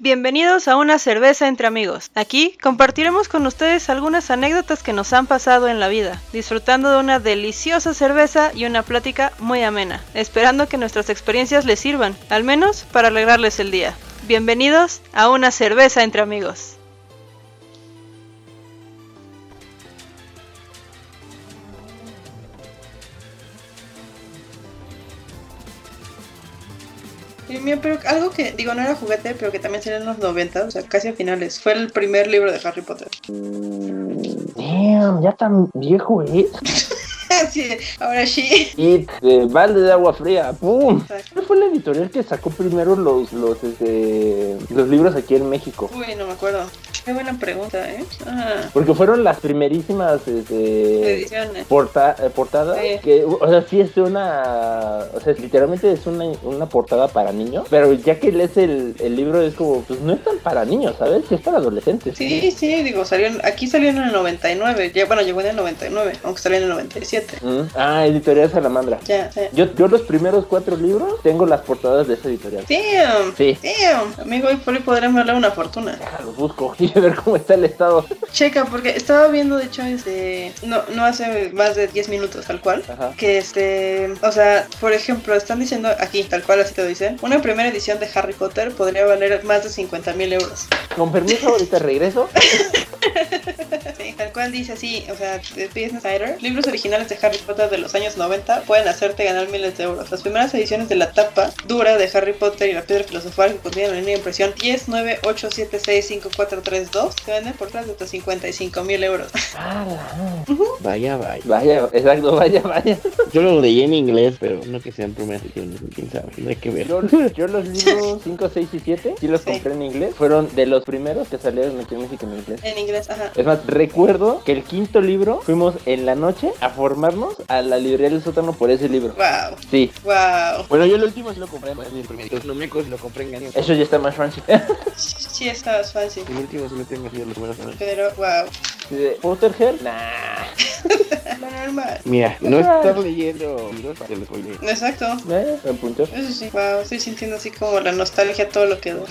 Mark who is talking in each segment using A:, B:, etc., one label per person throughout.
A: Bienvenidos a una cerveza entre amigos. Aquí compartiremos con ustedes algunas anécdotas que nos han pasado en la vida, disfrutando de una deliciosa cerveza y una plática muy amena, esperando que nuestras experiencias les sirvan, al menos para alegrarles el día. Bienvenidos a una cerveza entre amigos.
B: El mío, pero algo que, digo, no era juguete, pero que también salió en los 90, o sea, casi a finales. Fue el primer libro de Harry Potter.
C: Damn, ya tan viejo es.
B: Así, ahora sí.
C: Y de balde de agua fría, ¡pum! ¿Cuál fue la editorial que sacó primero los los, este, los libros aquí en México?
B: Uy, no me acuerdo. Qué buena pregunta, ¿eh? Ah,
C: Porque fueron las primerísimas este,
B: ediciones.
C: porta- eh, portadas
B: Sí.
C: que, o sea, sí es una, o sea, literalmente es una, una portada para niños, pero ya que lees el, el libro es como, pues no es tan para niños, ¿sabes? Sí es para adolescentes.
B: Sí, sí, digo, salió, en- aquí salió en el 99. Ya, bueno, llegó en el 99, aunque salió en el 97.
C: Mm. Ah, editorial Salamandra.
B: Ya, ya.
C: Yo, yo los primeros cuatro libros tengo las portadas de esa editorial.
B: Damn.
C: Sí.
B: Damn. Amigo, y Poli podrían darle una fortuna.
C: Ah, Los busco y a ver cómo está el estado.
B: Checa, porque estaba viendo, de hecho, este, no, no hace más de 10 minutos, tal cual.
C: Ajá.
B: Que este, o sea, por ejemplo, están diciendo aquí, tal cual así te lo dicen, una primera edición de Harry Potter podría valer más de 50 mil euros.
C: Con permiso, ahorita regreso.
B: Sí, tal cual dice así, o sea, te pides Insider, libros originales de Harry Potter de los años 90 pueden hacerte ganar miles de euros. Las primeras ediciones de la tapa dura de Harry Potter y la piedra filosofal que contienen la línea de impresión 10987654332 se venden por tras de hasta 55 mil euros.
D: Vaya, vaya.
C: Vaya, exacto, vaya, vaya.
D: Yo lo leí en inglés, pero no que sean primeras ediciones, quién sabe, no hay que ver.
C: Yo, yo los libros 5, 6 y 7, sí los
B: Sí.
C: compré en inglés. Fueron de los primeros que salieron aquí en México en inglés.
B: En inglés, ajá.
C: Es más, recuerdo que el quinto libro fuimos en la noche a formarnos a la librería del sótano por ese libro.
B: Wow,
C: Sí,
B: wow.
D: Bueno, yo el último sí lo compré en el primer edición. No me acuerdo si lo compré en Gania.
C: eso ya está más fancy.
B: Sí, estabas fancy.
D: El último sí lo tengo así, lo primero también.
B: Pero, wow.
C: Sí, de Potterhead, nah.
B: Lo normal.
D: Mira, no estar leyendo libros para que lo spoilé.
B: Exacto.
C: Eh, buen punto.
B: Eso sí. Wow, estoy sintiendo así como la nostalgia, todo lo que dura.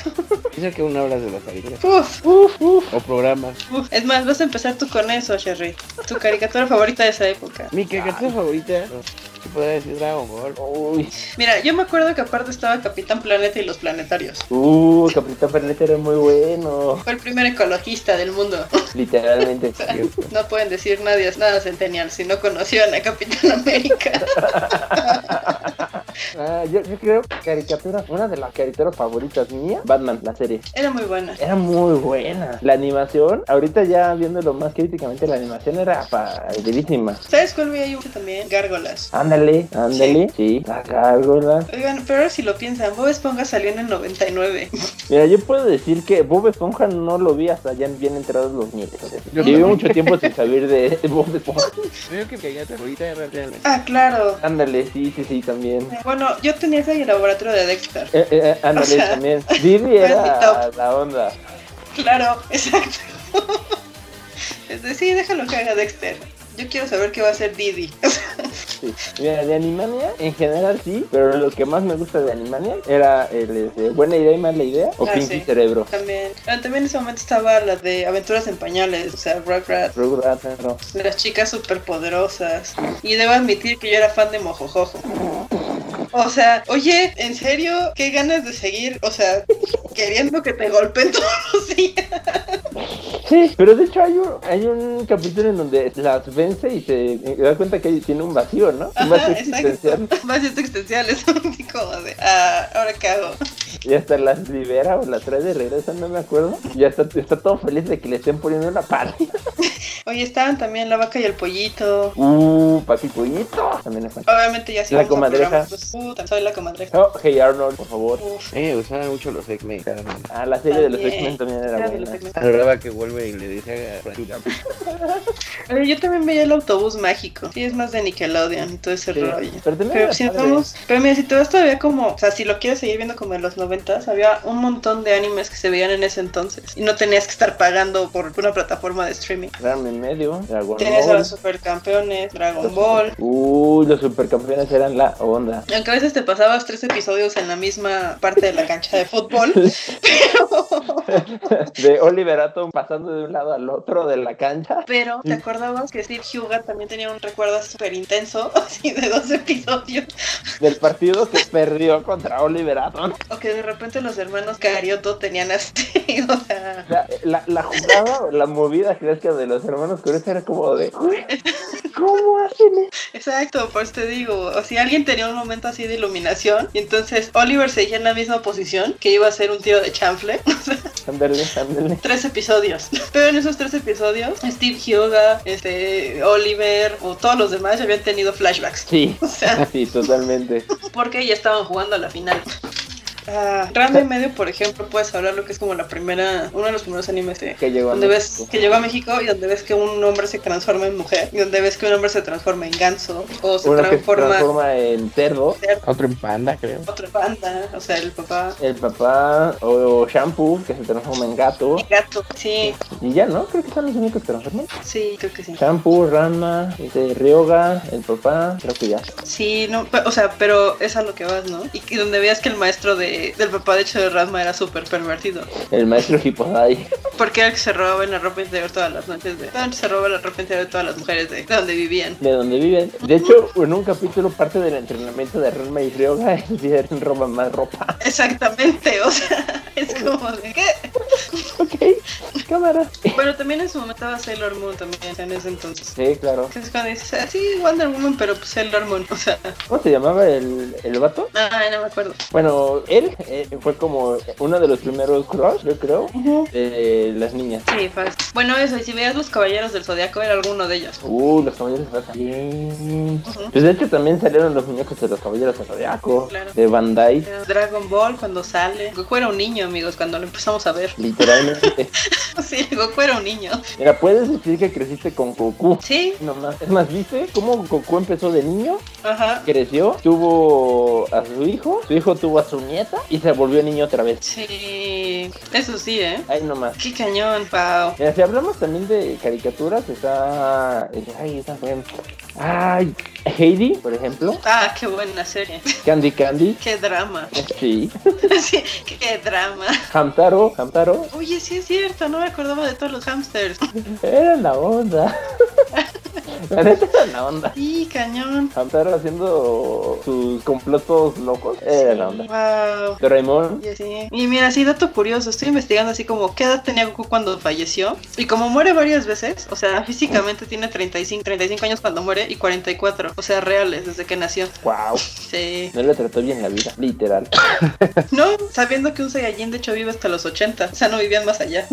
D: Dice que una hora de las películas
B: Uf,
C: Uf, uf.
D: o programas.
B: uf. Es más, vas a empezar tú con eso, Sherry. Tu caricatura favorita de esa época.
D: Mi caricatura favorita, se podría decir Dragon Ball.
C: Uy,
B: Mira, yo me acuerdo que aparte estaba Capitán Planeta y los planetarios.
C: uh, Capitán Planeta era muy bueno.
B: Fue el primer ecologista del mundo.
C: Literalmente.
D: Cierto.
B: No pueden decir nadie nada centenial si no conocieron a Capitán América.
C: Ah, yo, yo creo que caricatura, una de las caricaturas favoritas mía, Batman, la serie.
B: Era muy buena.
C: Era muy buena. La animación, ahorita ya viéndolo más críticamente, la animación era padrísima.
B: ¿Sabes cuál vi ahí también? Gárgolas.
C: Ándale, ándale. Sí, la gárgola.
B: Oigan, pero ahora si lo piensan, Bob Esponja salió en el 99.
C: Mira, yo puedo decir que Bob Esponja no lo vi hasta ya bien entrados los miles.
D: Yo
C: Llevé
D: también.
C: mucho tiempo sin saber de Bob Esponja.
D: Creo que mi caricatura favorita era realmente.
B: Ah, claro.
C: Ándale, sí, sí, sí, también.
B: Bueno, yo tenía esa y el laboratorio de Dexter.
C: Eh, eh, eh, ándale,
B: O sea,
C: también. Didi
B: fue
C: era la onda.
B: Claro, exacto. Es decir, sí, déjalo que haga Dexter. Yo quiero saber qué va a hacer Didi.
C: Sí. Mira, de Animania, en general sí, pero lo que más me gusta de Animania era el este, buena idea y mala idea o
B: Ah,
C: Pinky
B: sí.
C: Cerebro.
B: También, ah, también en ese momento estaba la de Aventuras en Pañales, o sea, Rugrats,
C: Rugrats, no.
B: las chicas superpoderosas. Y debo admitir que yo era fan de Mojojojo. O sea, oye, en serio, qué ganas de seguir, o sea, queriendo que te golpeen todos los días.
C: Sí, pero de hecho hay un, hay un capítulo en donde las vence y se y da cuenta que tiene un vacío, ¿no? Un
B: Ajá,
C: vacío
B: exacto.
C: existencial.
B: Más existenciales, así como de, ah, ahora qué hago.
C: Y hasta las libera o las trae de regreso, no me acuerdo. Y hasta está todo feliz de que le estén poniendo una parte.
B: Oye, estaban también la vaca y el pollito.
C: Uh, papi pollito. También es fan.
B: Obviamente ya sí.
C: La
B: vamos a
C: comadreja.
B: programas, pues, puta, soy la comadreja.
C: Oh, hey Arnold, por favor.
B: Uf,
D: A mí me gustaban mucho los X-Men. caramba.
C: Ah, la serie de los
B: También.
C: X-Men también era
B: era de los
C: buena.
B: segmentos.
D: Adoraba que vuelve y le dice a Frank Gap.
B: Pero yo también veía el autobús mágico. Sí, es más de Nickelodeon y todo ese
C: Sí,
B: rollo.
C: pero también
B: Pero
C: era
B: si,
C: padre.
B: estamos, pero mira, si te vas todavía como, o sea, si lo quieres seguir viendo como en los noventas, había un montón de animes que se veían en ese entonces y no tenías que estar pagando por una plataforma de streaming.
C: Eran en medio, Dragon
B: Tenías a
C: Ball.
B: los supercampeones, Dragon Ball.
C: Uy, los supercampeones eran la onda.
B: Aunque a veces te pasabas tres episodios en la misma parte de la cancha de fútbol, pero,
C: de Oliver Atom pasando de un lado al otro de la cancha.
B: Pero, ¿te acordabas que Steve Huga también tenía un recuerdo súper intenso, así de dos episodios?
C: Del partido que perdió contra Oliver Atom.
B: O que de repente los hermanos Carioto tenían así, o sea...
C: La, la, la jugada, o la movida clásica de los hermanos Curiosos era como de, "Güey, ¿cómo hacen eso?
B: Exacto, pues te digo, o si alguien tenía un momento así de iluminación, y entonces Oliver seguía en la misma posición, que iba a ser un tiro de chanfle, o sea,
C: Ándale, ándale.
B: tres episodios. Pero en esos tres episodios, Steve Huga, este, Oliver o todos los demás ya habían tenido flashbacks.
C: Sí,
B: O sea,
C: sí, totalmente.
B: porque ya estaban jugando a la final. Ah, Ranma y medio, por ejemplo, puedes hablar lo que es como la primera, uno de los primeros animes de-
C: Que llegó a
B: donde ves
C: México.
B: que llegó a México y donde ves que un hombre se transforma en mujer y donde ves que un hombre se transforma en ganso o se
C: Uno que se
B: transforma en
C: transforma en cerdo.
D: Otro en panda, creo.
B: otra banda, o sea, el papá
C: El papá o, o shampoo que se transforma en gato.
B: el gato. Sí,
C: Y ya, ¿no? Creo que son los únicos que transforman.
B: sí, creo que sí.
C: Shampoo, Ranma, este, Ryoga, el papá, creo que ya.
B: Sí, no, pe- o sea, pero es a lo que vas, ¿no? Y, y donde veas que el maestro de, del papá de hecho de Ranma era súper pervertido.
C: El maestro Hipodai.
B: Porque era el que se robaba en la ropa interior todas las noches de... bueno, Se robaba la ropa interior de todas las mujeres de, de donde vivían.
C: de donde viven. De hecho, en un capítulo parte del entrenamiento de Ranma y Ryoga es decir, roba más ropa.
B: Exactamente, o sea, es como de qué.
C: Ok, cámara.
B: Pero también en su momento estaba Sailor Moon también, o sea, en ese entonces.
C: Sí, claro.
B: Es cuando dices, ah, sí, Wonder Woman, pero pues Sailor Moon, o sea,
C: ¿Cómo se llamaba el, el vato?
B: ay, no me acuerdo.
C: Bueno, él eh, fue como uno de los primeros crush, yo creo, de las niñas.
B: Sí, fácil. Bueno, eso, y si veías los caballeros del zodiaco, era alguno de ellos.
C: Uh, los caballeros de bien. Pues de hecho también salieron los muñecos de los caballeros de Zodiaco,
B: Claro.
C: de Bandai,
B: Era Dragon Ball cuando sale. Goku era un niño, amigos, cuando lo empezamos a ver.
C: literalmente.
B: Sí, Goku era un niño.
C: Mira, puedes decir que creciste con Goku.
B: Sí,
C: No más. Es más, ¿viste cómo Goku empezó de niño
B: ajá.
C: creció, tuvo a su hijo, su hijo tuvo a su nieta y se volvió niño otra vez.
B: Sí, eso sí, ¿eh?
C: Ay, nomás.
B: Qué cañón, Pau.
C: Mira, si hablamos también de caricaturas, está. Ay, esa fue. Ay, Heidi, por ejemplo.
B: Ah, qué buena serie.
C: Candy Candy.
B: Qué drama.
C: Sí.
B: Sí, qué drama.
C: Hamtaro, Hamtaro.
B: Oye, sí es cierto, no me acordaba de todos los hamsters.
C: Era la onda. La neta era la onda.
B: Sí, cañón.
C: Hamtaro haciendo sus complotos locos. Era la onda.
B: Wow.
C: Doraemon.
B: Y así- Y mira, así dato curioso, estoy investigando así como qué edad tenía Goku cuando falleció. Y como muere varias veces, o sea, físicamente tiene 35, 35 años cuando muere y 44, o sea, reales desde que nació.
C: Wow.
B: Sí.
C: No le trató bien la vida, literal.
B: No, sabiendo que un Saiyajin de hecho vive hasta los 80, o sea, no vivían más allá.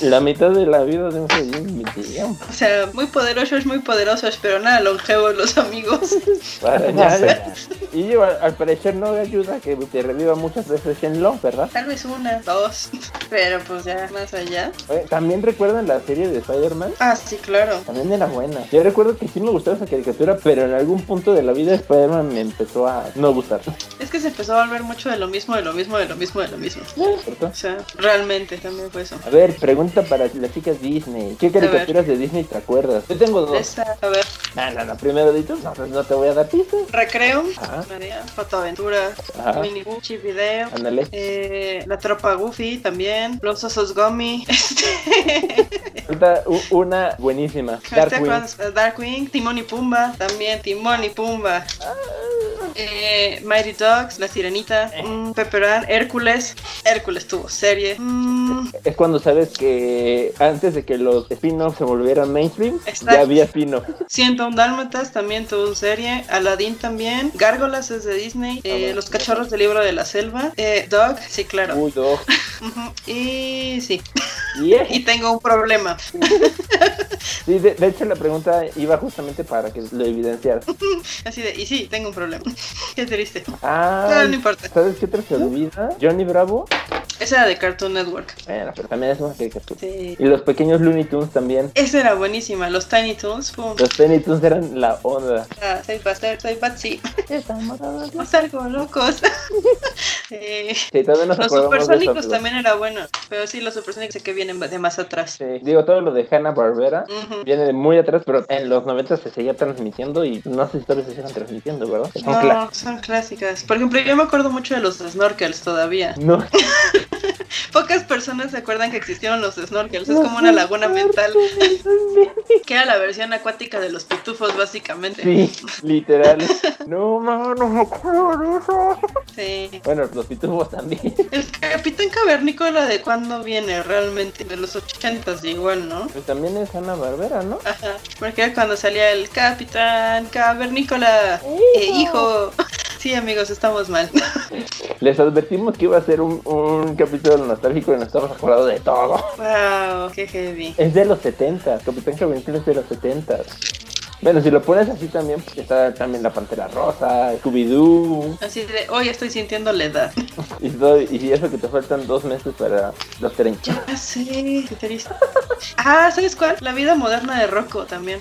C: La mitad de la vida de un Saiyajin, mi tío.
B: O sea, muy poderosos, muy poderosos, pero nada, longevos los amigos.
C: Para nada. Y digo, al, al parecer no ayuda que te reviva muchas veces Shenlong, ¿verdad?
B: Tal vez una, dos, pero pues ya más allá.
C: Oye, Eh, También recuerdan la serie de Spider-Man.
B: Ah, sí, claro.
C: También era buena. Yo recuerdo que sí me gustaba esa caricatura, pero en algún punto de la vida Spider-Man me empezó a no gustar.
B: Es que se empezó a volver mucho de lo mismo, de lo mismo, de lo mismo, de lo mismo.
C: ¿Cierto?
B: O sea, realmente también fue eso.
C: A ver, pregunta para las chicas Disney. ¿Qué caricaturas de Disney te acuerdas? Yo tengo dos.
B: Esta, a ver,
C: Ah, no, no, primero di tú. No, pues no te voy a dar pistas. Ah,
B: Recreo,
C: Ajá.
B: María, Fotoaventura,
C: Ajá.
B: Mini Gucci Video,
C: Ándale.
B: eh, La Tropa Goofy también, Los Osos Gummy, este,
C: Falta u- una buenísima.
B: ¿te
C: Darkwing.
B: acuerdas? Darkwing, Timón y Pumba, también Timón y Pumba,
C: Ah.
B: eh, Mighty Dogs, La Sirenita,
C: Eh.
B: mm, Pepperán, Hércules, Hércules tuvo serie, mm,
C: Es cuando sabes que antes de que los spin-offs se volvieran mainstream,
B: Exacto.
C: ya había spin-off.
B: 101 Dálmatas también tuvo serie, Aladdin también, Gárgolas es de Disney, eh,
C: A ver,
B: Los
C: ¿qué?
B: Cachorros del Libro de la Selva, eh, Dog, sí, claro,
C: Uy, no.
B: Ujú, y sí.
C: Yeah.
B: y tengo un problema.
C: Sí, de, de hecho la pregunta iba justamente para que lo evidenciara.
B: Así de, y sí, tengo un problema. Qué triste.
C: Ah,
B: No, no importa.
C: ¿sabes qué otra se olvida? Johnny Bravo.
B: Esa era de Cartoon Network.
C: Bueno, pero también es una caricatura.
B: Sí.
C: Y los pequeños Looney Tunes también.
B: Esa era buenísima. Los Tiny Toons. Pum.
C: Los Looney Tunes eran la onda.
B: Ah, soy Buster, soy Batsy. Estamos algo locos. Sí.
C: Sí, todavía nos
B: Los
C: acordamos de eso,
B: supersónicos
C: pero-
B: también era bueno. Pero sí, los supersónicos sé que vienen de más atrás.
C: Sí, Digo, todo lo de Hanna Barbera.
B: Ujú.
C: Viene de muy atrás, pero en los 90 se seguía transmitiendo y no sé si todavía se siguen transmitiendo, ¿verdad? Son clásicos.
B: No, son clásicas. Por ejemplo, yo me acuerdo mucho de los snorkels todavía.
C: No.
B: Pocas personas se acuerdan que existieron los snorkels, es como una laguna mental. que era la versión acuática de los pitufos, básicamente.
C: Sí, literal. No, no, no me acuerdo de eso.
B: Sí.
C: Bueno, los pitufos también.
B: El capitán cavernícola de cuándo viene realmente, de los ochentas igual, ¿no?
C: Pues también es Ana Barbera, ¿no?
B: Ajá. Porque era cuando salía el capitán cavernícola. Eh, hijo. Sí, amigos, estamos mal.
C: Les advertimos que iba a ser un, un capítulo nostálgico y nos estamos acordando de todo.
B: wow, qué heavy.
C: Es de los 70, Capitán Cavernícola es de los 70. Bueno, si lo pones así también, porque está también la Pantera Rosa, Scooby-Doo,
B: Así de, hoy estoy sintiendo la edad.
C: y, todo- y eso que te faltan dos meses para los 30.
B: Ya sé, Ah, qué triste. Ah, ¿sabes cuál? La vida moderna de Rocco también.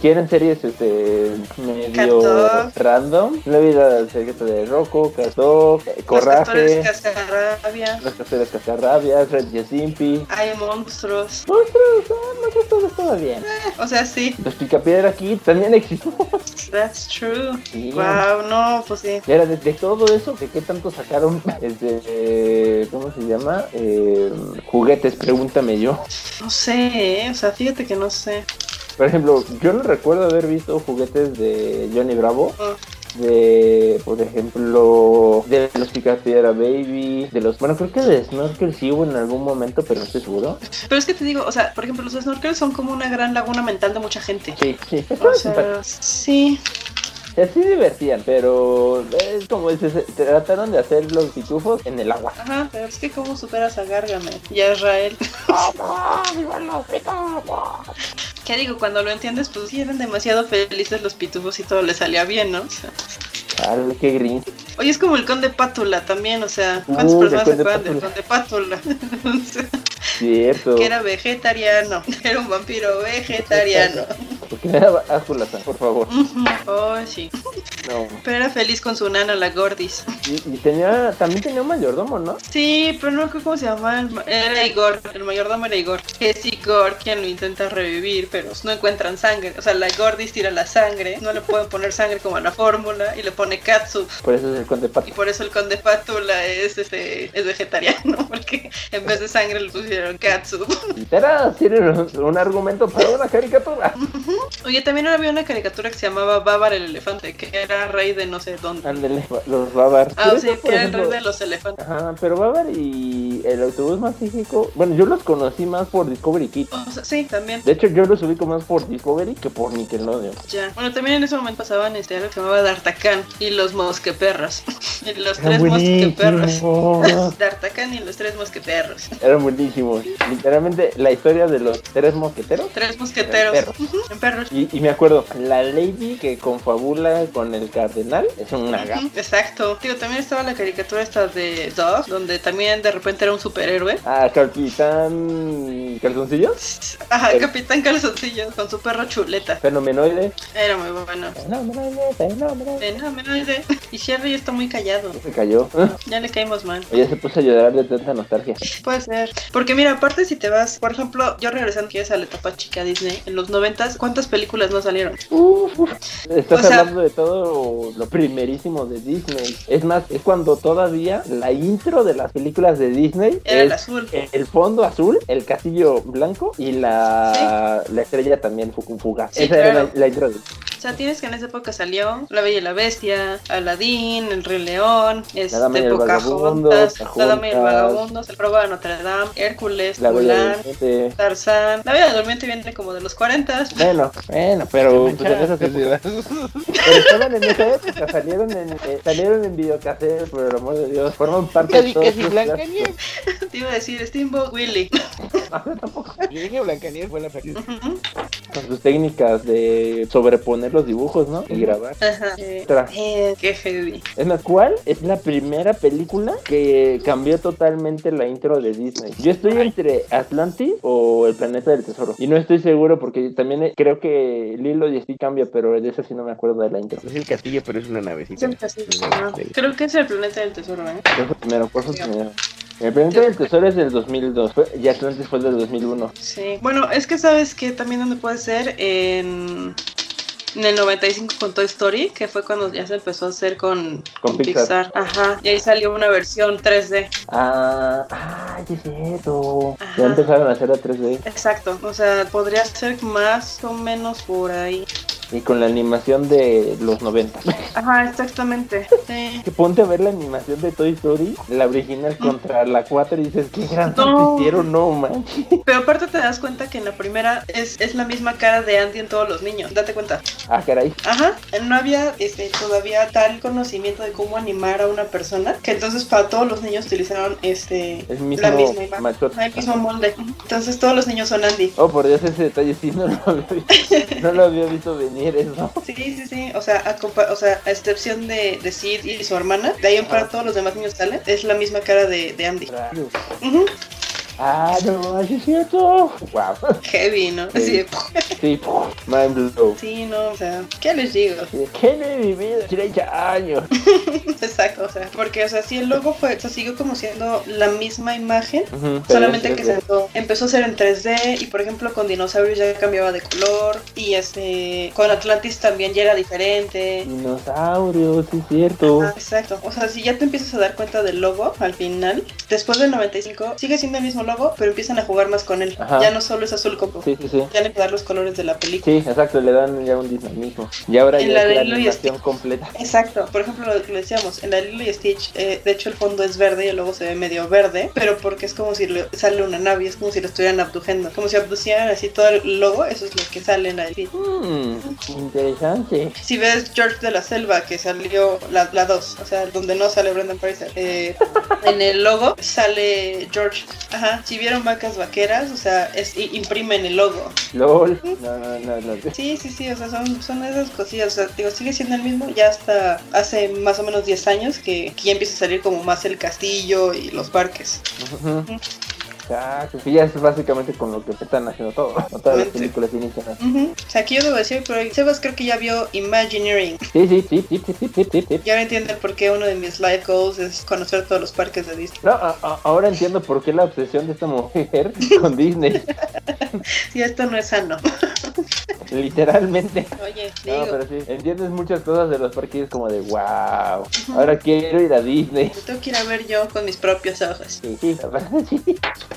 C: ¿Quieren series este, medio
B: Cat Dog.
C: random? La vida secreta de Rocco, Cat Dog, eh, Coraje,
B: Los castores cascarrabia.
C: Los Castores Cascarrabias, Red Yosimpi.
B: Hay monstruos.
C: Monstruos, ah, monstruos, todo estaba bien.
B: O sea, sí.
C: Los Picapiedra aquí también existió.
B: That's true.
C: Sí.
B: Wow, no, pues sí.
C: Era de, de todo eso, ¿de qué tanto sacaron? Este, eh, ¿Cómo se llama? Eh, juguetes, pregúntame yo.
B: No sé, ¿eh? o sea, fíjate que no sé.
C: Por ejemplo, yo no recuerdo haber visto juguetes de Johnny Bravo,
B: Ah.
C: de, por ejemplo, de los Picapiedra Baby, de los, bueno, creo que de Snorkel sí hubo en algún momento, pero no estoy seguro.
B: Pero es que te digo, o sea, por ejemplo, los snorkels son como una gran laguna mental de mucha gente.
C: Sí, sí,
B: Ah, O sea, sí.
C: sí divertían, pero es como dices, trataron de hacer los pitufos en el agua.
B: Ajá, pero es que cómo superas a Gargamel y a Israel. ¿Qué digo? Cuando lo entiendes, pues sí, eran demasiado felices los pitufos y todo les salía bien, ¿no? O sea,
C: Chale, qué gris.
B: oye, es como el conde Pátula también, o sea, ¿cuántas
C: Uy, Uh, el
B: personas se
C: Conde
B: acuerdan del conde Pátula? Entonces,
C: Cierto.
B: que era vegetariano, era un vampiro vegetariano.
C: Porque me daba asco la sangre, por favor.
B: Ujú, Oh, sí.
C: No.
B: Pero era feliz con su nana, la Gordis.
C: Y, y tenía, también tenía un mayordomo, ¿no?
B: Sí, pero no recuerdo cómo se llamaba. el ma- Era Igor, el mayordomo era Igor. Es Igor quien lo intenta revivir, pero no encuentran sangre. O sea, la Gordis tira la sangre, no le pueden poner sangre como a la fórmula y le pone katsu.
C: Por eso es el conde
B: Y
C: Pato.
B: por eso el conde Pátula es, este, es vegetariano, porque en vez de sangre le pusieron katsu.
C: Era tiene un, un argumento para una caricatura.
B: Oye, también había una caricatura que se llamaba Bávar el elefante, que era rey de no sé dónde.
C: Ándale, los Babar.
B: Ah,
C: Pero
B: sí,
C: eso,
B: que
C: por
B: era el
C: ejemplo-
B: rey de los elefantes.
C: Ajá, pero Babar y el autobús más mágico. Bueno, yo los conocí más por Discovery Kids.
B: O sea, sí, también.
C: De hecho, yo los ubico más por Discovery que por Nickelodeon.
B: Ya. Bueno, también en ese momento pasaban este algo que se llamaba D'Artacán y los mosqueperros. y los
C: Eran
B: tres mosqueperros.
D: Oh,
C: buenísimos.
B: D'Artacán y los tres mosqueperros.
C: Eran buenísimos. Literalmente, la historia de los tres mosqueteros.
B: Tres mosqueteros.
C: Eran
B: Ujú, En perros.
C: Y, y me acuerdo, la lady que confabula con el cardenal es una gata.
B: Ujú, Exacto. Digo, también estaba la caricatura esta de Dog, donde también de repente era un superhéroe.
C: Ah, Capitán Calzoncillos.
B: Ajá,
C: El-
B: Capitán Calzoncillos con su perro chuleta.
C: Fenomenoide.
B: Era muy bueno.
C: Fenomenoide, fenomenoide.
B: Eh, no, me lo olvidé. Y Sherry está muy callado.
C: Se cayó.
B: Ya le caímos mal.
C: Ella se puso a llorar de tanta nostalgia.
B: Puede ser. Porque mira, aparte si te vas, por ejemplo, yo regresando que es a la etapa chica Disney, en los noventas, ¿cuántas películas no salieron?
C: Estás
B: O sea-
C: hablando de todo lo primerísimo de Disney. Es más, es cuando todavía la intro de las películas de Disney
B: Era el
C: es
B: azul.
C: el fondo azul, el castillo blanco y la, la estrella también fu- fugaz.
B: Sí,
C: Esa era
B: claro.
C: la, la intro de
B: O sea, tienes que en esa época salió La Bella y la Bestia, Aladdin, El Rey León,
C: Dama y
B: este,
C: el Vagabundo,
B: Pocahontas, La Dama y el
C: Pocahontas.
B: Vagabundo, El Proba de Notre Dame, Hércules,
C: la
B: Mulan,
C: bella durmiente.
B: Tarzán. La Bella Durmiente viene como de los 40
C: Bueno, bueno, pero pues, en esas épocas- Pero estaban en esa época, salieron en, eh, salieron en videocasetes, por el amor de Dios. Forman parte
D: Casi,
C: de todos
D: casi
C: los
D: Blancanieves.
C: clásicos.
B: Te iba a decir Steamboat Willie.
D: Yo dije Blancanieves fue la franquicia.
B: Ujú.
C: Con sus técnicas de sobreponer los dibujos, ¿no? Y grabar.
B: Ajá. Eh,
C: Tra.
B: eh, qué heavy.
C: En la cual es la primera película que cambió totalmente la intro de Disney. Yo estoy entre Atlantis o El Planeta del Tesoro. Y no estoy seguro porque también eh, creo que Lilo y Stitch cambia, pero de esa sí no me acuerdo de la intro.
D: Es el castillo, pero es una navecita.
B: Ajá. Creo que es el planeta del tesoro, ¿eh?
C: ¿Cuál fue primero? ¿Cuál fue primero? El Planeta del Tesoro es del 2002 fue- y Atlantis fue del 2001.
B: Sí. Bueno, es que sabes que también donde puede ser en en el 95 con Toy Story, que fue cuando ya se empezó a hacer con,
C: Con Pixar.
B: Ajá, y ahí salió una versión 3D.
C: Ah, ah, sí es cierto.
B: Ajá.
C: Ya empezaron a hacer a 3D.
B: Exacto, o sea, podría ser más o menos por ahí.
C: Y con la animación de los 90.
B: Ajá, exactamente. Sí.
C: Que ponte a ver la animación de Toy Story, la original contra la 4 y dices, qué gran
B: Mm. No.
C: no. hicieron, no manches.
B: Pero aparte te das cuenta que en la primera es, es la misma cara de Andy en todos los niños. Date cuenta.
C: Ah, caray.
B: Ajá. No había este, todavía tal conocimiento de cómo animar a una persona. Que entonces para todos los niños utilizaron este
C: El
B: la
C: mismo
B: misma imagen.
C: machote.
B: Ajá, El mismo molde. Entonces todos los niños son Andy.
C: Oh, por Dios, ese detalle sí no lo había, no lo había visto venir eso.
B: Sí, sí, sí. O sea, a, compa- o sea, a excepción de, de Sid y su hermana, de ahí en
C: Ah.
B: para todos los demás niños salen, es la misma cara de, de Andy.
C: Rayos.
B: Ujú.
C: Ah, no, sí es cierto. Wow.
B: Heavy, ¿no? Así de,
C: Sí, puf, mind blow.
B: sí, no, o sea, ¿qué les digo?
C: ¿Qué me he vivido 30 años?
B: Exacto, o sea, porque, o sea, si el logo fue, o sea, siguió como siendo la misma imagen,
C: Ujú, pero
B: solamente
C: es
B: que se
C: 3D.
B: empezó, empezó a ser en 3D y, por ejemplo, con dinosaurios ya cambiaba de color y, este, con Atlantis también ya era diferente.
C: Dinosaurios, sí es cierto.
B: Ah, exacto, o sea, si ya te empiezas a dar cuenta del logo al final, después del 95, sigue siendo el mismo logo, pero empiezan a jugar más con él.
C: Ajá.
B: Ya no solo es azul como,
C: Sí, sí, sí.
B: ya le empiezan a dar los colores de la película.
C: Sí, exacto, le dan ya un dinamismo. Y ahora
B: En
C: ya
B: la
C: es
B: de
C: la
B: Lilo y
C: animación completa.
B: Exacto, por ejemplo lo que decíamos, en la Lilo y Stitch, eh, de hecho el fondo es verde y el logo se ve medio verde, pero porque es como si le sale una nave, es como si lo estuvieran abduciendo, como si abducieran así todo el logo, eso es lo que sale en la Lilo.
C: Mm, interesante.
B: Si ves George de la Selva, que salió la, la 2, o sea, donde no sale Brendan Fraser, eh, en el logo sale George. Ajá, si vieron vacas vaqueras, o sea, es, i- imprimen el logo.
C: LOL. No, no, no, no.
B: Sí, sí, sí, o sea, son, son esas cosillas. O sea, digo, sigue siendo el mismo ya hasta hace más o menos 10 años que, que ya empieza a salir como más el castillo y los parques.
C: Ujú. Exacto, sí, ya es básicamente con lo que están haciendo todo. ¿no? Todas las
B: Exactamente.
C: películas inician así.
B: Ujú. O sea, aquí yo debo decir, pero Sebas creo que ya vio Imagineering.
C: Sí, sí, sí, sí, sí, sí, sí, sí, sí.
B: Ya ahora entiende por qué uno de mis life goals es conocer todos los parques de Disney.
C: No, a- a- ahora entiendo por qué la obsesión de esta mujer con Disney,
B: Sí, esto no es sano.
C: literalmente.
B: Oye, digo.
C: No, pero sí, entiendes muchas cosas de los parques como de wow, ahora quiero ir a Disney.
B: lo Tengo que ir a ver yo con mis propios ojos.
C: Sí, sí, la verdad, sí.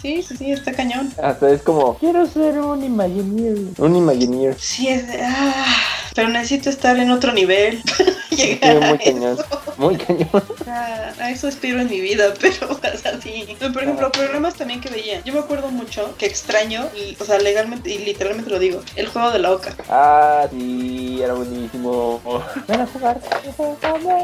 B: Sí, sí, sí, está cañón.
C: Hasta es como, quiero ser un Imagineer. Un Imagineer.
B: Sí, es de... ah, pero necesito estar en otro nivel. Llegar
C: Sí, muy
B: a eso.
C: cañón. Muy cañón.
B: Ah, a eso aspiro en mi vida, pero o sea, sí. Por ejemplo, programas también que veía. Yo me acuerdo mucho que extraño, y, o sea, legalmente y literalmente lo digo, el juego de la oca.
C: Ah, sí, era buenísimo. Uh, Van a jugar.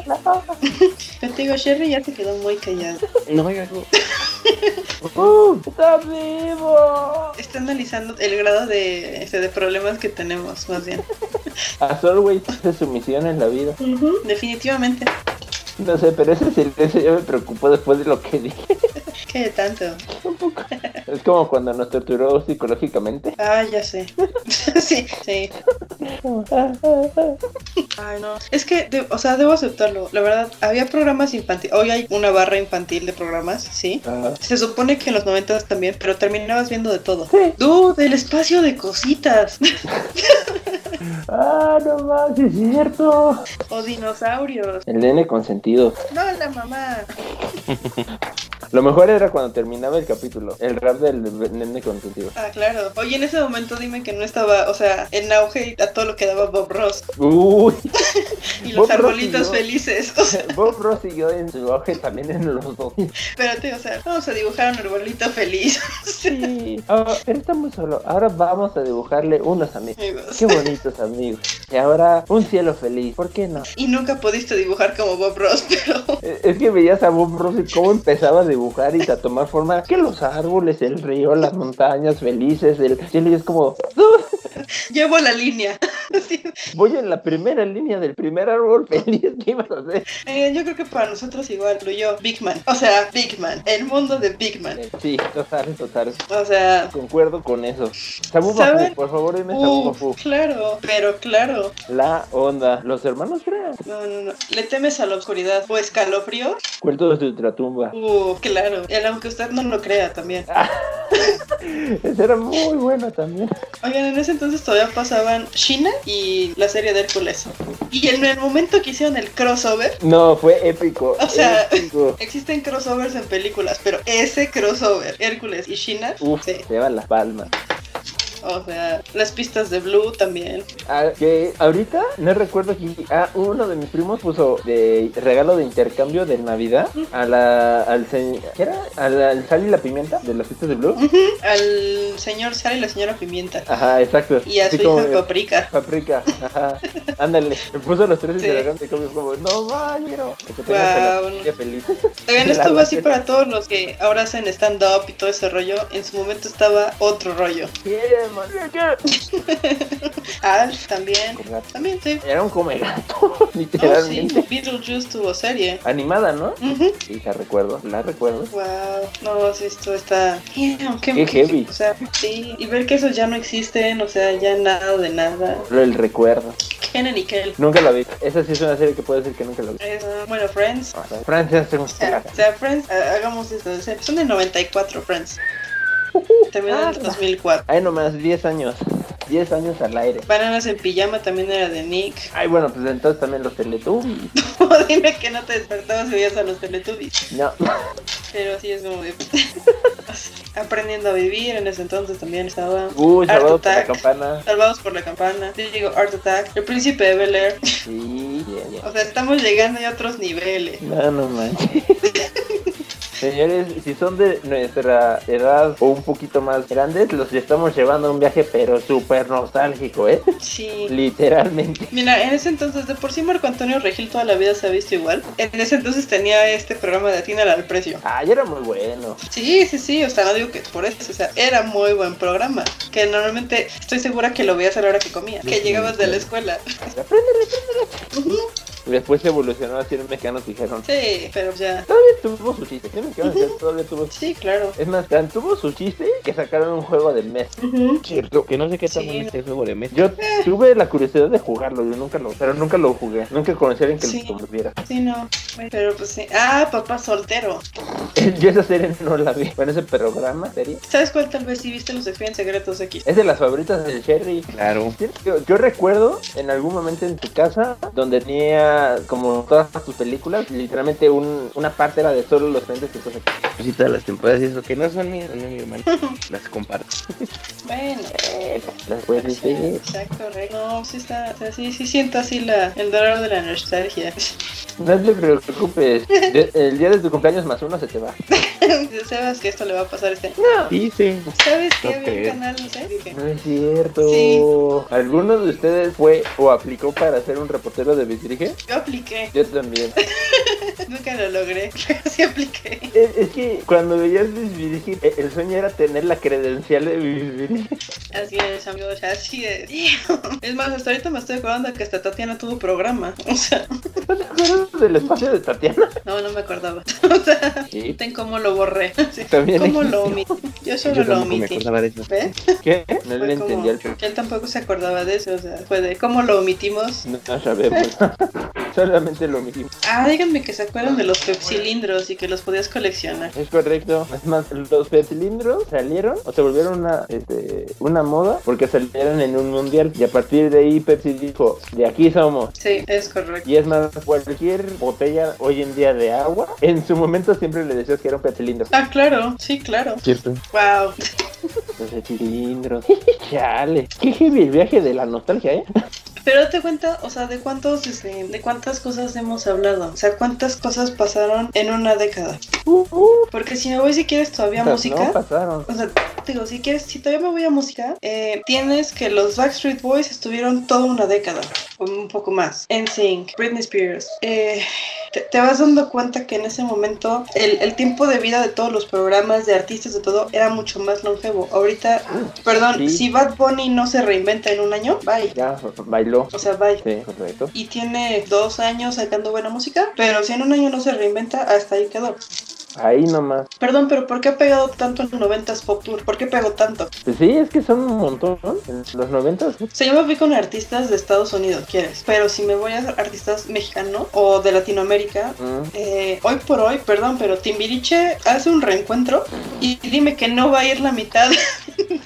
B: Yo te digo, Sherry ya se quedó muy callada.
D: No, yo no.
C: ¡Uh! ¡Está vivo!
B: Está analizando el grado de, este, de problemas que tenemos, más bien.
C: A Solway hace su misión en la vida.
B: Definitivamente.
C: No sé, pero ese silencio ya me preocupó después de lo que dije.
B: ¿Qué de tanto?
C: Un poco. Es como cuando nos torturó psicológicamente.
B: Ah, ya sé. sí, sí. Ay, no. Es que, de- o sea, debo aceptarlo. La verdad, había programas infantiles. Hoy hay una barra infantil de programas, sí.
C: Ah,
B: Se supone que en los noventas también, pero terminabas viendo de todo. Dude, el espacio de cositas.
C: ah, no más, sí es cierto.
B: o dinosaurios.
C: El nene consentido.
B: No, la mamá.
C: Lo mejor era cuando terminaba el capítulo. El rap del nene consentido.
B: Ah, claro. Oye, en ese momento dime que no estaba, o sea, en auge a todo lo que daba Bob Ross.
C: Uy.
B: Y los
C: Bob Ross
B: arbolitos
C: y yo.
B: felices. O sea,
C: Bob Ross siguió en su auge también en los dos.
B: espérate, o sea, vamos a dibujar un arbolito feliz.
C: Sí. Ah, él está muy solo. Ahora vamos a dibujarle unos amigos.
B: Amigos.
C: Qué bonitos amigos. Y ahora un cielo feliz. ¿Por qué no?
B: Y nunca pudiste dibujar como Bob Ross, pero
C: Eh, Es que veías a Bob Ross y cómo empezaba a dibujar y a tomar forma. Que los árboles, el río, las montañas felices, el cielo. Y es como, "Dude,
B: llevo la línea. Sí.
C: voy en la primera línea del primer árbol feliz que ibas a hacer.
B: Eh, yo creo que para nosotros igual incluyó Big Man. O sea, Big Man. El mundo de Big Man.
C: Eh, Sí, total, total.
B: O sea,
C: Concuerdo con eso. Sabu
B: ¿Saben?
C: Bafu, por favor, dime Sabu
B: Uf,
C: Bafu.
B: claro, pero claro.
C: La onda. Los hermanos Grimm.
B: No, no, no. ¿Le temes a la oscuridad o escalofrío?
C: Cuentos de ultratumba.
B: Uh, claro. Y aunque usted no lo crea también.
C: Esa era muy buena también.
B: Oigan, en ese entonces todavía pasaban China y la serie de Hércules. Y en el momento que hicieron el crossover,
C: No, fue épico.
B: O sea-
C: épico.
B: existen crossovers en películas, pero ese crossover, Hércules y China,
C: Uf,
B: sí.
C: lleva la palma.
B: O sea, las pistas de Blue también.
C: Ah, que ahorita no recuerdo quién. Ah, uno de mis primos puso de regalo de intercambio de Navidad a la, al, se- ¿qué era? Al, al sal y la pimienta de las fiestas de Blue.
B: Al señor Sara y la señora Pimienta.
C: Ajá, exacto.
B: Y a su
C: Así como-
B: hija Paprika.
C: Paprika, ajá. Ándale. Me puso los tres y
B: Sí.
C: se agarraron de cómics como, no quiero. Que te tengas a la
B: Guau.
C: familia feliz.
B: También
C: La
B: estuvo así
C: bandera.
B: para todos los que ahora hacen stand-up y todo ese rollo. En su momento estaba otro rollo.
C: Quiere, man, quiere.
B: Alf también.
C: Gato.
B: También, sí.
C: Era un come gato,
B: Oh, sí.
C: literalmente.
B: Beetlejuice tuvo serie.
C: Animada, ¿no?
B: Ujú.
C: Sí, la recuerdo, la recuerdo.
B: Wow, no, sí, esto está. Damn,
C: Qué heavy.
B: O sea, sí, y ver que esos ya no existen, o sea, ya nada de nada.
C: Solo el recuerdo.
B: Kenan y Kel.
C: Nunca la vi. Esa sí es una serie que puedo decir que nunca la vi.
B: Es, uh, bueno, Friends.
C: Ah, Francia es un
B: O sea, o sea, Friends, ah, hagamos esto. o sea, Son del 94, Friends. Terminó
C: Ah,
B: en el 2004.
C: Ay, nomás 10 años. 10 años al aire.
B: Bananas en pijama también era de Nick.
C: Ay, bueno, pues entonces también los Teletubbies.
B: Dime que no te despertabas y veías a los Teletubbies.
C: No.
B: Pero sí es como de. Aprendiendo a vivir en ese entonces también estaba.
C: Uy,
B: Art
C: sábado con la
B: Attack.
C: campana.
B: Salvados por la campana. Yo digo Art Attack. El príncipe de Bel Air.
C: Sí, bien, bien.
B: O sea, estamos llegando a otros niveles.
C: No, no manches. Señores, si son de nuestra edad o un poquito más grandes, los estamos llevando a un viaje pero súper nostálgico, ¿eh?
B: Sí.
C: Literalmente.
B: Mira, en ese entonces, de por sí Marco Antonio Regil toda la vida se ha visto igual. En ese entonces tenía este programa de Atina al precio.
C: Ay, Ah, era muy bueno.
B: Sí, sí, sí, o sea, no digo que por eso, o sea, era muy buen programa. Que normalmente estoy segura que lo veías a la hora que comías, que llegabas de la escuela.
C: Apréndele.
B: Ujú,
C: Después evolucionó a ser mexicanos dijeron.
B: Sí, pero ya.
C: Todavía tuvo su chiste. ¿Qué mexicanos dijeron? Todavía tuvo su
B: Sí, claro.
C: Es más, tan tuvo su chiste que sacaron un juego de mes.
B: Ujú.
D: Cierto, que no sé qué tan
B: Sí.
D: bueno es el juego de mesa.
C: Yo tuve la curiosidad de jugarlo, yo nunca lo, pero nunca lo jugué, nunca conocí a alguien que
B: Sí.
C: lo convirtiera.
B: Sí, no. Pero pues sí. Ah, papá soltero.
C: Yo esa serie no la vi. Bueno, ese programa, serie.
B: ¿Sabes cuál tal vez sí viste los expedientes secretos aquí?
C: Es de las favoritas del Sherry.
D: Claro.
C: Yo, yo recuerdo en algún momento en tu casa donde tenía como todas tus películas, literalmente un- una parte era de solo los frentes que estás aquí.
D: Pues, y todas las temporadas y eso, que no son mías, son de mi hermano. Las comparto.
B: Bueno. eh,
C: Las puedes ver.
B: Exacto, rey. No, sí está, o sea, sí, sí siento así la, el dolor de la nostalgia.
C: No te preocupes. de- el día de tu cumpleaños más uno se te va.
B: Sabes que esto le va a pasar este año.
D: Dice.
B: ¿Sabes que
D: No
B: había un
D: creo.
B: canal, no sé? Dije,
C: No es cierto.
B: Sí.
C: ¿Alguno de ustedes fue o aplicó para ser un reportero de Bisdirige?
B: Yo apliqué,
C: Yo también.
B: nunca lo logré, pero sí apliqué.
C: es, es que cuando veías Bisdirige, e- el sueño era tener la credencial de Bisdirige.
B: Así es, amigos, así es. Es más, hasta ahorita me estoy acordando que hasta Tatiana tuvo programa. O sea,
C: ¿No te acuerdas del espacio de Tatiana?
B: no, no me acordaba. O sea,
C: Sí.
B: ten cómo lo borré. Sí,
C: También
B: ¿Cómo
C: existe.
B: lo omití? Yo solo
D: Yo
B: lo
D: tampoco me
B: omití.
D: acordaba de eso.
B: ¿Ves?
C: ¿Qué? No
B: Fue
C: le
B: como-
C: entendí al
B: Él tampoco se acordaba de eso, o sea, fue de cómo lo omitimos.
C: No, no sabemos. Solamente lo mismo.
B: Ah, díganme que se acuerdan de los pepsilindros y que los podías coleccionar.
C: Es correcto. Es más, los cilindros salieron o se volvieron una, este, una moda porque salieron en un mundial. Y a partir de ahí Pepsi dijo, de aquí somos.
B: Sí, es correcto.
C: Y es más, cualquier botella hoy en día de agua, en su momento siempre le decías que era un pepsilindro.
B: Ah, claro, sí, claro.
D: Cierto.
B: Wow.
C: Los pepsilindros. Chale. Qué heavy el viaje de la nostalgia, ¿eh?
B: Pero date cuenta, o sea, de cuántos, este, de cuántas cosas hemos hablado. O sea, cuántas cosas pasaron en una década.
C: Uh, uh.
B: Porque si me voy, si quieres todavía
C: Estas No
B: música.
C: pasaron.
B: O sea, digo, si quieres, si todavía me voy a música, eh, tienes que los Backstreet Boys estuvieron toda una década, o un poco más. NSYNC, Britney Spears. Eh, te, te vas dando cuenta que en ese momento el, el tiempo de vida de todos los programas, de artistas, de todo, era mucho más longevo. Ahorita, perdón,
C: Ah, Sí.
B: si Bad Bunny no se reinventa en un año, bye.
C: Ya bailó.
B: O sea, bye
C: Sí, correcto.
B: y tiene dos años sacando buena música, pero si en un año no se reinventa, hasta ahí quedó.
C: Ahí nomás.
B: Perdón, pero ¿por qué ha pegado tanto en los 90s Pop Tour? ¿Por qué pegó tanto?
C: Pues sí, es que son un montón. ¿no? En los 90
B: O sea, yo me fui con artistas de Estados Unidos, quieres. Pero si me voy a artistas mexicanos o de Latinoamérica,
C: mm,
B: eh, hoy por hoy, perdón, pero Timbiriche hace un reencuentro y dime que no va a ir la mitad,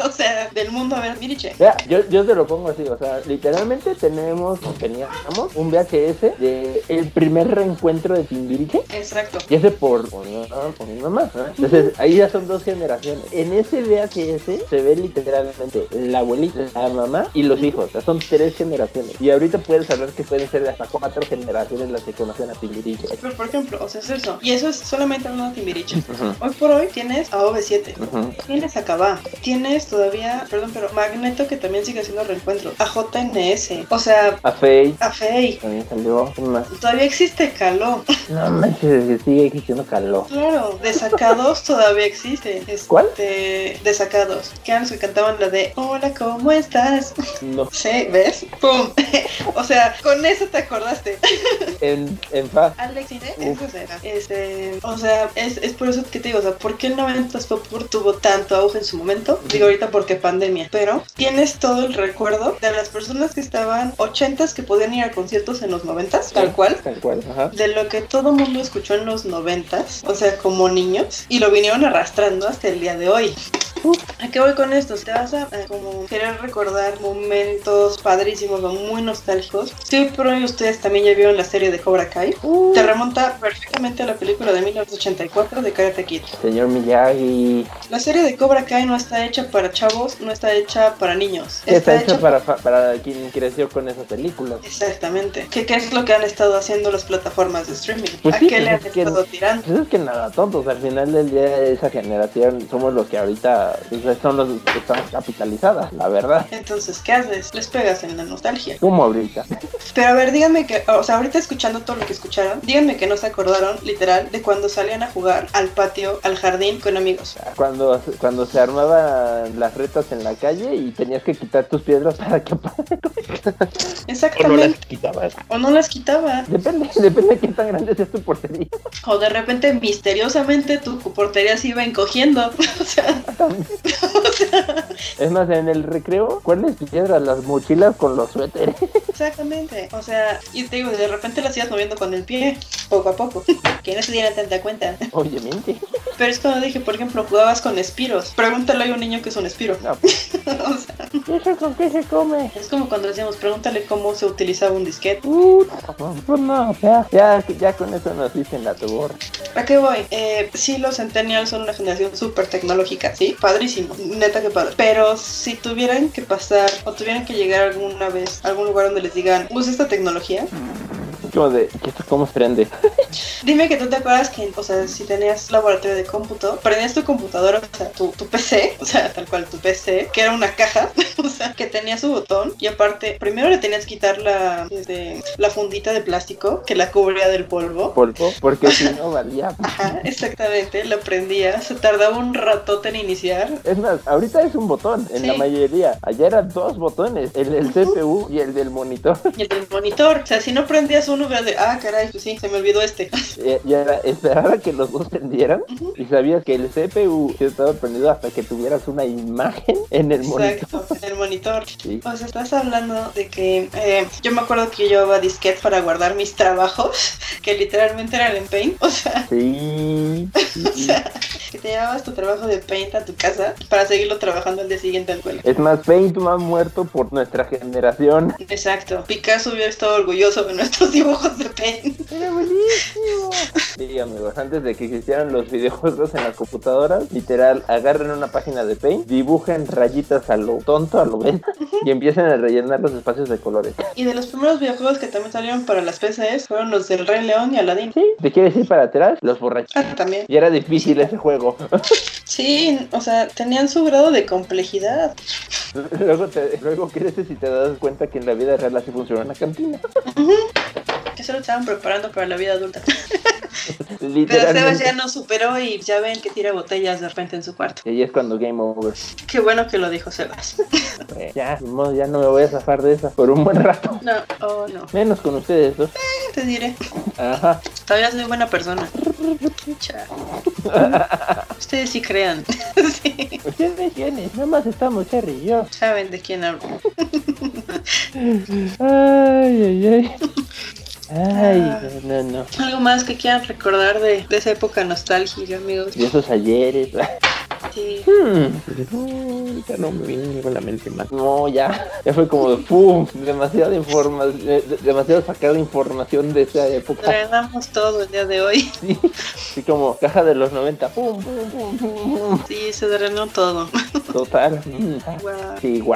B: o sea, del mundo a ver Timbiriche.
C: Mira, yo, yo te lo pongo así, o sea, literalmente tenemos, o teníamos, un VHS de el primer reencuentro de Timbiriche.
B: Exacto.
C: Y ese por, por, mi- por mi mamá. ¿no? Entonces, ahí ya son dos generaciones. En ese VHS se ve literalmente la abuelita, la mamá y los hijos. O sea, son tres generaciones. Y ahorita puedes hablar que pueden ser hasta cuatro generaciones las que conocen a Timbiriche.
B: Pero por ejemplo, o sea, es eso. Y eso es solamente hablando de Timbiriche.
C: Ujú,
B: Hoy por hoy tienes a OV7.
C: ujú.
B: Tienes a Cabá, tienes todavía, perdón, pero Magneto que también sigue haciendo reencuentros, a JNS, o sea,
C: A Faye
B: a Fey,
C: también salió. ¿Quién más?
B: todavía existe Caló,
C: No manches, que sigue existiendo calor.
B: claro, Desacados todavía existe, este,
C: ¿Cuál?
B: Desacados, que eran los que cantaban la de Hola, ¿cómo estás?
C: No.
B: Sí, ¿ves? ¡Pum! o sea, con eso te acordaste.
C: En, en fa.
B: Alex, ¿sí?
C: Uf.
B: eso será. Este, o sea, es, es por eso que te digo, o sea, ¿por qué el 90s Pop Tour tuvo tanto auge en su momento? Digo ahorita porque pandemia, pero tienes todo el recuerdo de las personas que estaban 80s que podían ir a conciertos en los 90s, tal cual.
C: Tal cual, ajá.
B: De lo que todo mundo escuchó en los 90s, o sea, como niños, y lo vinieron arrastrando hasta el día de hoy. ¿A qué voy con esto? Te vas a, a como querer recordar momentos padrísimos o muy nostálgicos. Sí, hoy por hoy ustedes también ya vieron la serie de Cobra Kai. Te remonta perfectamente a la película de 1984 de Karate Kid.
C: Señor Miyagi.
B: La serie de Cobra Kai no está hecha para chavos, no está hecha para niños.
C: Está, hecho para, fa- para quien creció con esas películas.
B: Exactamente. ¿Qué, qué es lo que han estado haciendo las plataformas de streaming?
C: Pues
B: ¿A
C: sí,
B: qué le
C: pues
B: han
C: es que-
B: estado tirando?
C: Pues es que nada, tontos. Al final del día, esa generación somos los que ahorita pues, son los que estamos capitalizadas, la verdad.
B: Entonces, ¿qué haces? Les pegas en la nostalgia.
C: Como ahorita.
B: Pero a ver, díganme que, o sea, ahorita escuchando todo lo que escucharon, díganme que no se acordaron, literal, de cuando salían a jugar al patio, al jardín con amigos.
C: Cuando, cuando se armaban las retas en la calle y tenías que quitar tus piedras para que pa-
D: O no las Ah,
B: Exactamente.
D: quitabas.
B: O no las quitaba.
C: Depende, depende de qué tan grande sea tu portería.
B: O de repente, misteriosamente, tu portería se iba encogiendo. o sea,
C: Es más, en el recreo, ¿cuáles piedras? Las mochilas con los suéteres.
B: exactamente. O sea, y te digo, de repente las ibas moviendo con el pie, poco a poco. que no se dieran tanta cuenta.
C: Obviamente.
B: Pero es cuando dije, por ejemplo, jugabas con espiros. Pregúntale a un niño que es un espiro.
C: No.
B: o sea,
C: ¿Y eso con qué se come?
B: es como cuando decíamos, pregúntale cómo se utilizaba un disquete.
C: Uh, pues no, ya, ya, ya con eso nos dicen la tubor.
B: ¿A qué voy? Eh, sí, los centennials son una generación súper tecnológica, ¿sí? Padrísimo, neta que padre. Pero si tuvieran que pasar o tuvieran que llegar alguna vez a algún lugar donde les digan, usa esta tecnología,
C: Como de, ¿y esto cómo se prende?
B: dime que tú te acuerdas que, o sea, si tenías laboratorio de cómputo, prendías tu computadora, o sea, tu, tu PC, o sea, tal cual tu PC, que era una caja, o sea, que tenía su botón y aparte, primero le tenías que quitar la, este, la fundita de plástico que la cubría del polvo.
C: Polvo, porque si no valía.
B: Ajá, exactamente, lo prendía, se tardaba un ratote en iniciar,
C: Es más, ahorita es un botón, en la
B: Sí.
C: mayoría. Allá eran dos botones, el del CPU y el del monitor.
B: y el del monitor. O sea, si no prendías uno, era de, ah, caray, pues sí, se me olvidó este.
C: Y Eh, y era esperar a que los dos prendieran
B: Ujú.
C: y sabías que el CPU se estaba prendido hasta que tuvieras una imagen en el monitor.
B: Exacto, en el monitor.
C: Sí.
B: O sea, estás hablando de que eh, yo me acuerdo que yo llevaba disquete para guardar mis trabajos, que literalmente eran en Paint. O sea,
C: Sí.
B: que te llevabas tu trabajo de Paint a tu casa para seguirlo trabajando el día siguiente al escuela.
C: Es más, Paint ha muerto por nuestra generación.
B: Exacto. Picasso hubiera estado orgulloso de nuestros dibujos de Paint.
C: Era buenísimo. Sí, amigos, antes de que existieran los videojuegos en las computadoras, literal, agarren una página de Paint, dibujen rayitas a lo tonto, a lo bestia, y empiecen a rellenar los espacios de colores.
B: Y de los primeros videojuegos que también salieron para las PCs fueron los del Rey León y Aladdin.
C: Sí, ¿te quieres ir para atrás? Los borrachos.
B: Ah, también.
C: Y era difícil ese juego.
B: Sí, o sea, tenían su grado de complejidad.
C: luego, te, luego creces y te das cuenta que en la vida real así funciona una cantina.
B: Que se lo estaban preparando para la vida adulta. Pero Sebas ya
C: Literalmente.
B: no superó y ya ven que tira botellas de repente en su cuarto.
C: Y ahí es cuando Game Over.
B: Qué bueno que lo dijo Sebas.
C: Eh, Ya, ni modo, ya no me voy a zafar de esa por un buen rato.
B: No, oh no.
C: Menos con ustedes dos.
B: te diré.
C: Ajá.
B: Todavía soy buena persona. Cha. Ustedes sí crean. sí.
C: ¿Ustedes quiénes? Nada más estamos Terry y yo.
B: Saben de quién hablo.
C: Ay, ay, ay.
B: Ah.
C: Ay, no, no.
B: Algo más que quieran recordar de, de esa época nostálgica, amigos.
C: De esos ayeres.
B: Sí.
C: Hmm.
D: No, ya no me viene algo a la mente más.
C: No, ya. Ya fue como de pum. Demasiada información. demasiado sacada información de esa época.
B: Drenamos todo el día de hoy.
C: Sí, Así como caja de los 90. Pum, pum, pum, pum, pum.
B: Sí, se drenó todo.
C: Total. Mm.
B: Guau.
C: Sí, wow.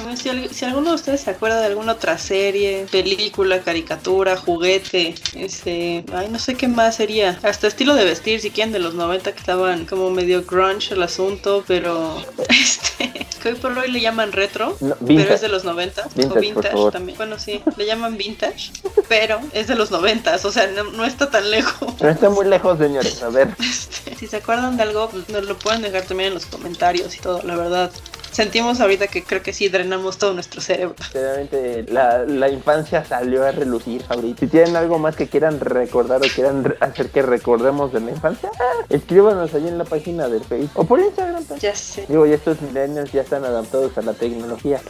B: A ver, Si, al- si alguno de ustedes se acuerda de alguna otra serie, película, caricatura, juguete, este, ay, no sé qué más sería. Hasta estilo de vestir, si quieren, de los 90 que estaban como medio grunge el asunto, pero este, que hoy por hoy le llaman retro.
C: No,
B: Pero es
C: vintage.
B: de los 90
C: Vintage,
B: o
C: por
B: vintage
C: favor.
B: también. Bueno, sí, le llaman vintage, pero es de los 90, o sea, no, no está tan lejos.
C: No está muy lejos, señores. A ver.
B: Este, si se acuerdan de algo, pues, nos lo pueden dejar también en los comentarios y todo, la verdad. Sentimos ahorita que creo que sí drenamos todo nuestro cerebro.
C: Sinceramente, la, la infancia salió a relucir ahorita. Si tienen algo más que quieran recordar o quieran re- hacer que recordemos de la infancia, ah, escríbanos ahí en la página del Facebook o por Instagram. también.
B: Ya sé.
C: Digo, y estos millennials ya están adaptados a la tecnología.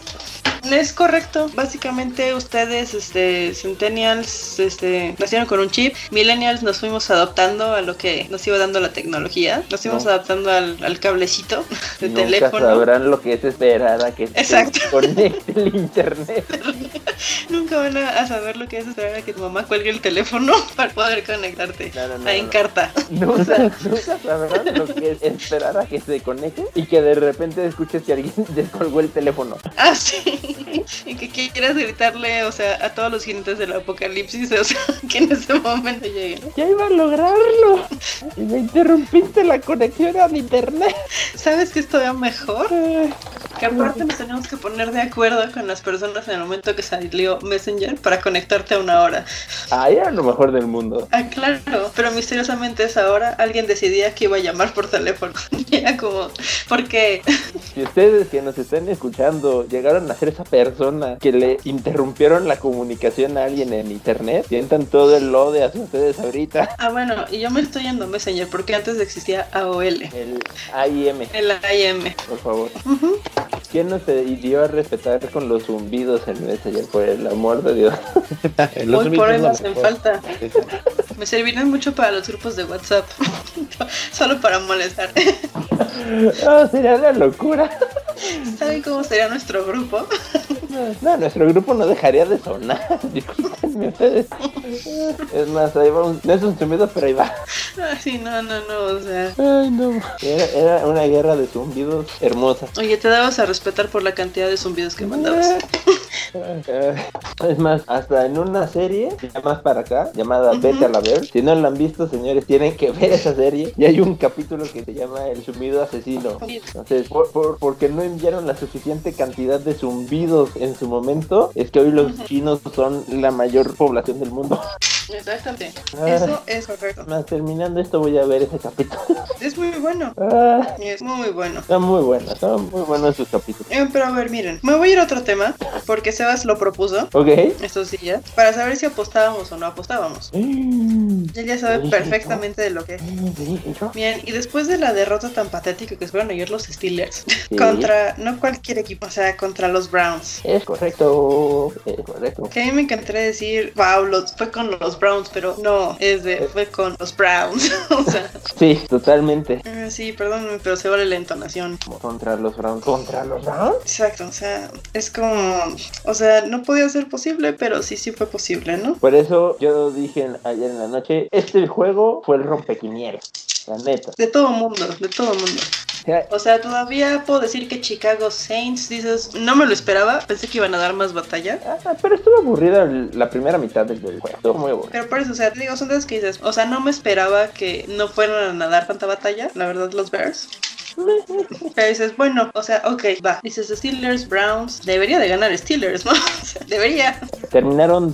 B: Es correcto. Básicamente ustedes, este, centennials, este, nacieron con un chip. Millennials nos fuimos adaptando a lo que nos iba dando la tecnología. Nos fuimos
C: No.
B: adaptando al, al cablecito de
C: Nunca
B: teléfono.
C: sabrán lo que es esperar a que se
B: Exacto.
C: conecte el internet.
B: Nunca van a, a saber lo que es esperar a que tu mamá cuelgue el teléfono para poder conectarte.
C: No, no, no,
B: Ahí
C: no.
B: en carta.
C: Nunca, nunca sabrán lo que es esperar a que se conecte y que de repente escuches que alguien descolgó el teléfono.
B: Ah, sí. Y que quieras gritarle, o sea, a todos los jinetes del apocalipsis, o sea, que en ese momento lleguen.
C: Ya iba a lograrlo. Y me interrumpiste la conexión al internet.
B: ¿Sabes que esto va mejor?
C: Ay,
B: Que aparte nos tenemos que poner de acuerdo con las personas en el momento que salió Messenger para conectarte a una hora.
C: Ahí era lo mejor del mundo.
B: Ah, claro, pero misteriosamente a esa hora alguien decidía que iba a llamar por teléfono. Y era como, porque
C: Si ustedes que nos están escuchando llegaron a ser esa persona que le interrumpieron la comunicación a alguien en internet, sientan todo el lo de hacia ustedes ahorita.
B: Ah, bueno, y yo me estoy yendo a Messenger porque antes existía AOL,
C: El AIM,
B: el AIM.
C: por favor.
B: Ujú.
C: ¿Quién nos eh, dio a respetar con los zumbidos en Messenger? Por el amor de Dios.
D: Los
B: Hoy por hoy me
D: zombies son lo
B: hacen
D: mejor.
B: falta. Me servirán mucho para los grupos de WhatsApp. Solo para molestar.
C: No, Oh, sería la locura.
B: ¿Saben cómo sería nuestro grupo?
C: No, nuestro grupo no dejaría de sonar. Disculpenme ustedes. Es más, ahí va un... No es un zumbido, pero ahí va.
B: Ah, sí, no, no, no, o sea.
C: Ay, no. Era, era una guerra de zumbidos hermosa.
B: Oye, te dabas a respetar por la cantidad de zumbidos que mandabas.
C: Eh, Es más, hasta en una serie, ya más para acá, llamada Vete a la Ver. Si no la han visto, señores, tienen que ver esa serie. Y hay un capítulo que se llama El zumbido asesino. Entonces, por, por- porque no enviaron la suficiente cantidad de zumbidos en su momento, es que hoy los chinos son la mayor población del mundo.
B: Exactamente.
C: Ah.
B: Eso es correcto.
C: Más, terminando esto, voy a ver ese capítulo.
B: Es muy bueno.
C: Ah,
B: Es muy bueno.
C: Está muy bueno, está muy bueno esos capítulos.
B: Eh, pero a ver, miren. Me voy a ir a otro tema porque Sebas lo propuso.
C: ¿Ok?
B: Estos días. Para saber si apostábamos o no apostábamos.
C: Mm,
B: Él ya sabe
C: Ujú.
B: perfectamente de lo que es.
C: ¿sí, yo?
B: Bien, y después de la derrota tan patética que fueron ayer los Steelers
C: Sí.
B: contra no cualquier equipo, o sea, contra los Browns.
C: Es correcto, es correcto.
B: Que a mí me encantaría decir, wow, los- fue con los Browns, pero no, es de, fue con los Browns. o sea,
C: Sí, totalmente.
B: eh, sí, perdónenme, pero se vale la entonación.
C: Contra los Browns. ¿Contra los Browns?
B: Exacto, o sea, es como, o sea, no podía ser posible, pero sí, sí fue posible, ¿no?
C: Por eso yo dije en- ayer en la noche, este juego fue el rompequinieros. La neta.
B: De todo mundo, de todo mundo.
C: O sea,
B: O sea, todavía puedo decir que Chicago Saints, dices, no me lo esperaba, pensé que iban a dar más batalla.
C: ah, pero estuvo aburrida el- la primera mitad del del juego. Estuvo muy aburrida.
B: Pero por eso, o sea, te digo, son de esas que dices, o sea, no me esperaba que no fueran a dar tanta batalla, la verdad, los Bears. Pero dices, bueno, o sea, ok, va. Dices, Steelers, Browns, debería de ganar Steelers, ¿no? O sea, debería.
C: Terminaron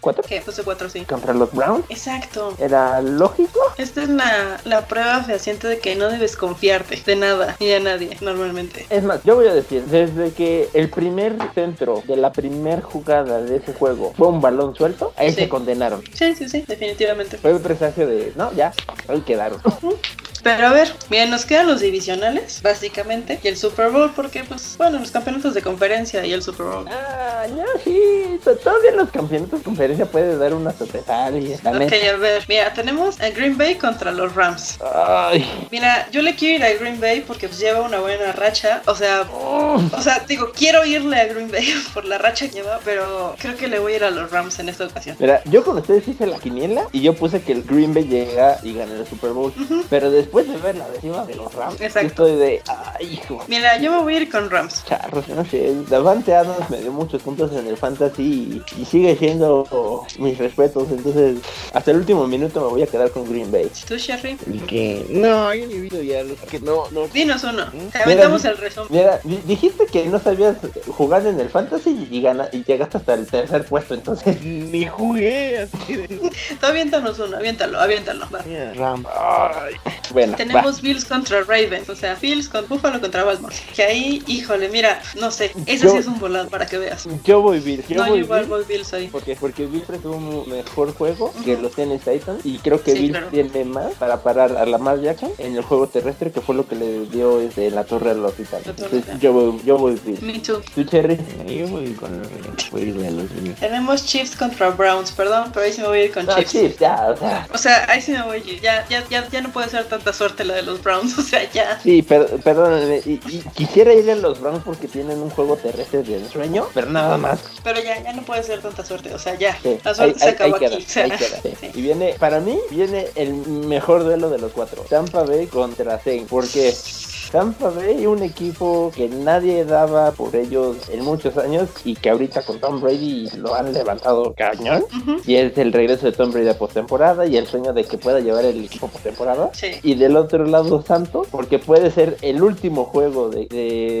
C: 12-4
B: ¿Qué? 12-4, sí.
C: contra los Browns.
B: Exacto.
C: Era lógico.
B: Esta es la, la prueba fehaciente de que no debes confiarte de nada ni de nadie, normalmente.
C: Es más, yo voy a decir, desde que el primer centro de la primer jugada de ese juego fue un balón suelto, ahí
B: Sí.
C: se condenaron.
B: Sí, sí, sí, definitivamente.
C: Fue un presagio de, no, ya, ahí quedaron.
B: Pero a ver, bien, nos quedan los divisionales, básicamente, y el Super Bowl, porque, pues, bueno, los campeonatos de conferencia y el Super Bowl.
C: Ah, no, sí, to- todavía en los campeonatos de conferencia puede dar una sorpresa a alguien, la
B: Ok,
C: neta.
B: a ver, mira, tenemos a Green Bay contra los Rams.
C: Ay,
B: Mira, yo le quiero ir a Green Bay porque pues, lleva una buena racha. O sea,
C: uf,
B: o sea, digo, quiero irle a Green Bay por la racha que lleva, pero creo que le voy a ir a los Rams en esta ocasión.
C: Mira, yo con ustedes hice la quiniela y yo puse que el Green Bay llega y gana el Super Bowl.
B: Ujú.
C: Pero después de ver la décima de los Rams, yo
B: Exacto.
C: estoy de, ay, hijo,
B: Mira, yo me voy a ir con Rams.
C: charros, no sé. Davante Adams me dio muchos puntos en el Fantasy y, y sigue siendo oh, mis respetos. Entonces, hasta el último minuto me voy a quedar con Green Bay.
B: ¿Tú, Sherry?
D: Y que no, yo ni he visto ya los que no, no.
B: Dinos uno. Te
C: Mm. Mira,
B: aventamos
C: di-
B: el resumen.
C: Mira, di- dijiste que no sabías jugar en el Fantasy y, gana- y llegaste hasta el tercer puesto, entonces.
D: Ni jugué así de.
B: Tú aviéntanos uno, aviéntalo, aviéntalo. va.
D: Mira, Ram.
C: Ay, bueno, Mm, va.
B: Tenemos Bills contra Ravens, o sea, Bills con Buffalo contra Baltimore. Que ahí, híjole, mira, no sé, ese
C: Yo-
B: sí es un volado para que veas.
C: Yo voy Bill, yo
B: No, yo
C: voy
B: igual
C: Bills,
B: voy Bills ahí.
C: Porque, porque Bill tuvo un mejor juego que los Tennessee Titans y creo que
B: Sí,
C: Bill
B: claro.
C: tiene más para parar a Lamar Jackson en el juego terrestre que fue lo que le dio este, la torre a los Titans.
B: La torre,
C: Entonces
B: claro.
C: yo voy, yo voy Bill.
B: Me too.
C: ¿Tú, Cherry?
D: Yo voy con los Rams. Voy a irle a los Rams.
B: Tenemos Chiefs contra Browns, perdón, pero ahí sí me voy a ir con
C: No,
B: Chiefs.
C: Chiefs, Ah, ya, o sea.
B: O sea, ahí sí me voy. Gil. Ya, ya, ya, ya no puede ser tanta suerte la de los Browns. O sea, ya.
C: Sí, per- perdónenme. Y, y quisiera ir a los Browns porque tienen un juego terrestre de ensueño, pero nada más.
B: Pero ya, ya no puede ser tanta suerte. O sea, ya.
C: Sí,
B: La suerte
C: ahí-
B: se
C: ahí-
B: acabó
C: ahí
B: aquí.
C: queda,
B: o sea,
C: ahí queda, sí.
B: sí.
C: Y viene, para mí, viene el mejor duelo de los cuatro. Tampa Bay contra Saints. Porque Tampa Bay, un equipo que nadie daba por ellos en muchos años y que ahorita con Tom Brady lo han levantado cañón.
B: Ujú.
C: Y es el regreso de Tom Brady a postemporada y el sueño de que pueda llevar el equipo a postemporada.
B: Sí.
C: Y del otro lado Santos, porque puede ser el último juego de,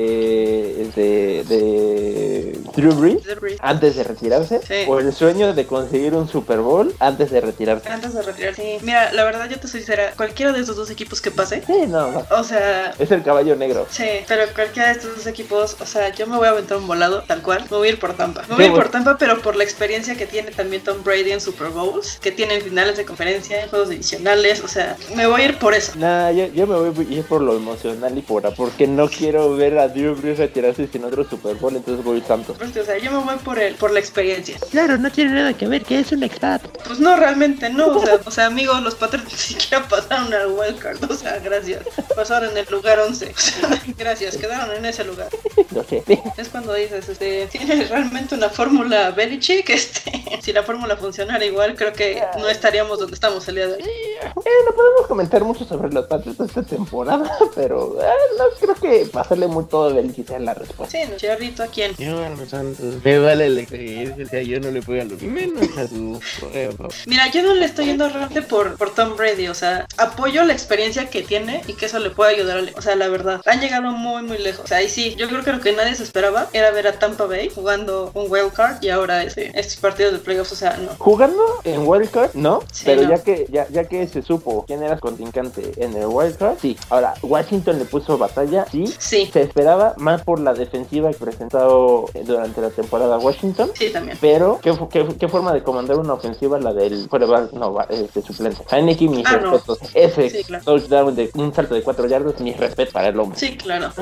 C: de, de, de Drew Brees antes de retirarse
B: Sí.
C: o el sueño de conseguir un Super Bowl antes de retirarse.
B: Antes de retirarse. Sí. Mira, la verdad, yo te soy sincera. Cualquiera de esos dos equipos que pase,
C: Sí, no, no.
B: o sea,
C: Es el caballo negro.
B: Sí, pero cualquiera de estos dos equipos, o sea, yo me voy a aventar un volado, tal cual. Me voy a ir por Tampa. Me voy a ir
C: Sí,
B: por
C: bueno.
B: Tampa, pero por la experiencia que tiene también Tom Brady en Super Bowls, que tiene en finales de conferencia, en juegos divisionales, o sea, me voy a ir por eso.
C: Nah, yo, yo me voy a ir por lo emocional y por porque no quiero ver a Drew Brees retirarse sin otro Super Bowl, entonces voy Santos.
B: Pues, O sea, yo me voy por el, por la experiencia.
D: Claro, no tiene nada que ver, que es un expat.
B: Pues no, realmente no. O sea, o sea amigos, los Patriots ni siquiera pasaron al wildcard. O sea, gracias. Pasaron en el lugar 11. O sea, gracias, quedaron en ese lugar.
C: No sé.
B: Es cuando dices, este, tienes realmente una fórmula Belichick, este, si la fórmula funcionara igual, creo que no estaríamos donde estamos el día de hoy.
C: Eh, no podemos comentar mucho sobre los Patriots esta temporada, pero eh, no creo que pasarle muy todo el sea la respuesta.
B: Sí, ¿no? Chicharrito, ¿a quién?
D: Yo a los Santos. Me vale el experiencia, o sea, yo no le voy a los menos a su eh, correo.
B: Mira, yo no le estoy yendo realmente por, por Tom Brady, o sea, apoyo la experiencia que tiene y que eso le puede ayudar, al- o sea, la verdad, han llegado muy, muy lejos. O sea, y sí, yo creo que lo que nadie se esperaba era ver a Tampa Bay jugando un wildcard y ahora este, estos partidos de playoffs, o sea, no.
C: Jugando en Wildcard, no,
B: Sí,
C: pero
B: no.
C: ya que ya, ya que se supo quién era el contrincante en el Wildcard, sí. Ahora, Washington le puso batalla, sí.
B: Sí,
C: Se esperaba más por la defensiva que presentado durante la temporada Washington.
B: sí, también.
C: Pero, ¿qué, fu- qué, fu- qué forma de comandar una ofensiva la del quarterback, no, va- este, suplente? Heineken, mis
B: Ah, no.
C: respetos. Ese
B: Sí, claro.
C: touchdown de un salto de cuatro yardas, mis respetos para el hombre.
B: Sí, claro.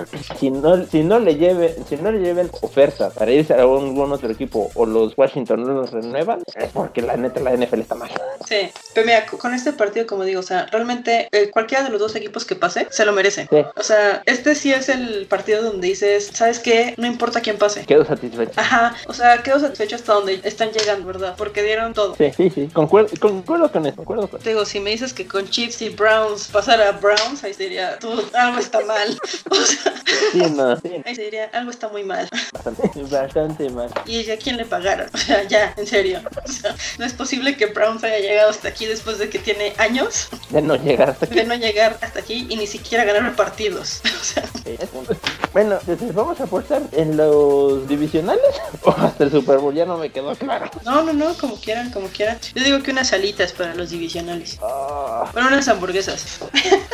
C: Si no, si no le lleven, si no le lleven ofertas para irse a algún otro equipo o los Washington no los renuevan, es porque la neta la NFL está mal.
B: Sí, pero mira, co- con este partido, como digo, o sea, realmente eh, cualquiera de los dos equipos que pase se lo merece.
C: Sí.
B: O sea, este sí es el partido donde dices, ¿sabes qué? No importa quién pase.
C: Quedo satisfecho.
B: Ajá, o sea, quedo satisfecho hasta donde están llegando, ¿verdad? Porque dieron todo.
C: Sí, sí, sí. Concuerdo, concuerdo con eso, concuerdo con
B: Te Digo, si me dices que con Chiefs y Browns pasara a Browns, ahí diría, tú, algo está mal. O sea,
C: Sí, no, sí,
B: ahí diría, algo está muy mal.
C: bastante, bastante mal.
B: ¿Y ya quién le pagaron? O sea, ya, en serio. O sea, no es posible que Browns haya llegado hasta aquí después de que tiene a años
C: Ya no llegar hasta aquí.
B: de no llegar hasta aquí y ni siquiera ganar partidos. O sea,
C: Es punto. Bueno, entonces vamos a apostar en los divisionales o hasta el Super Bowl, ya no me quedó claro.
B: no, no, no, como quieran, como quieran. Yo digo que unas alitas para los divisionales.
C: Ah,
B: Bueno, unas hamburguesas.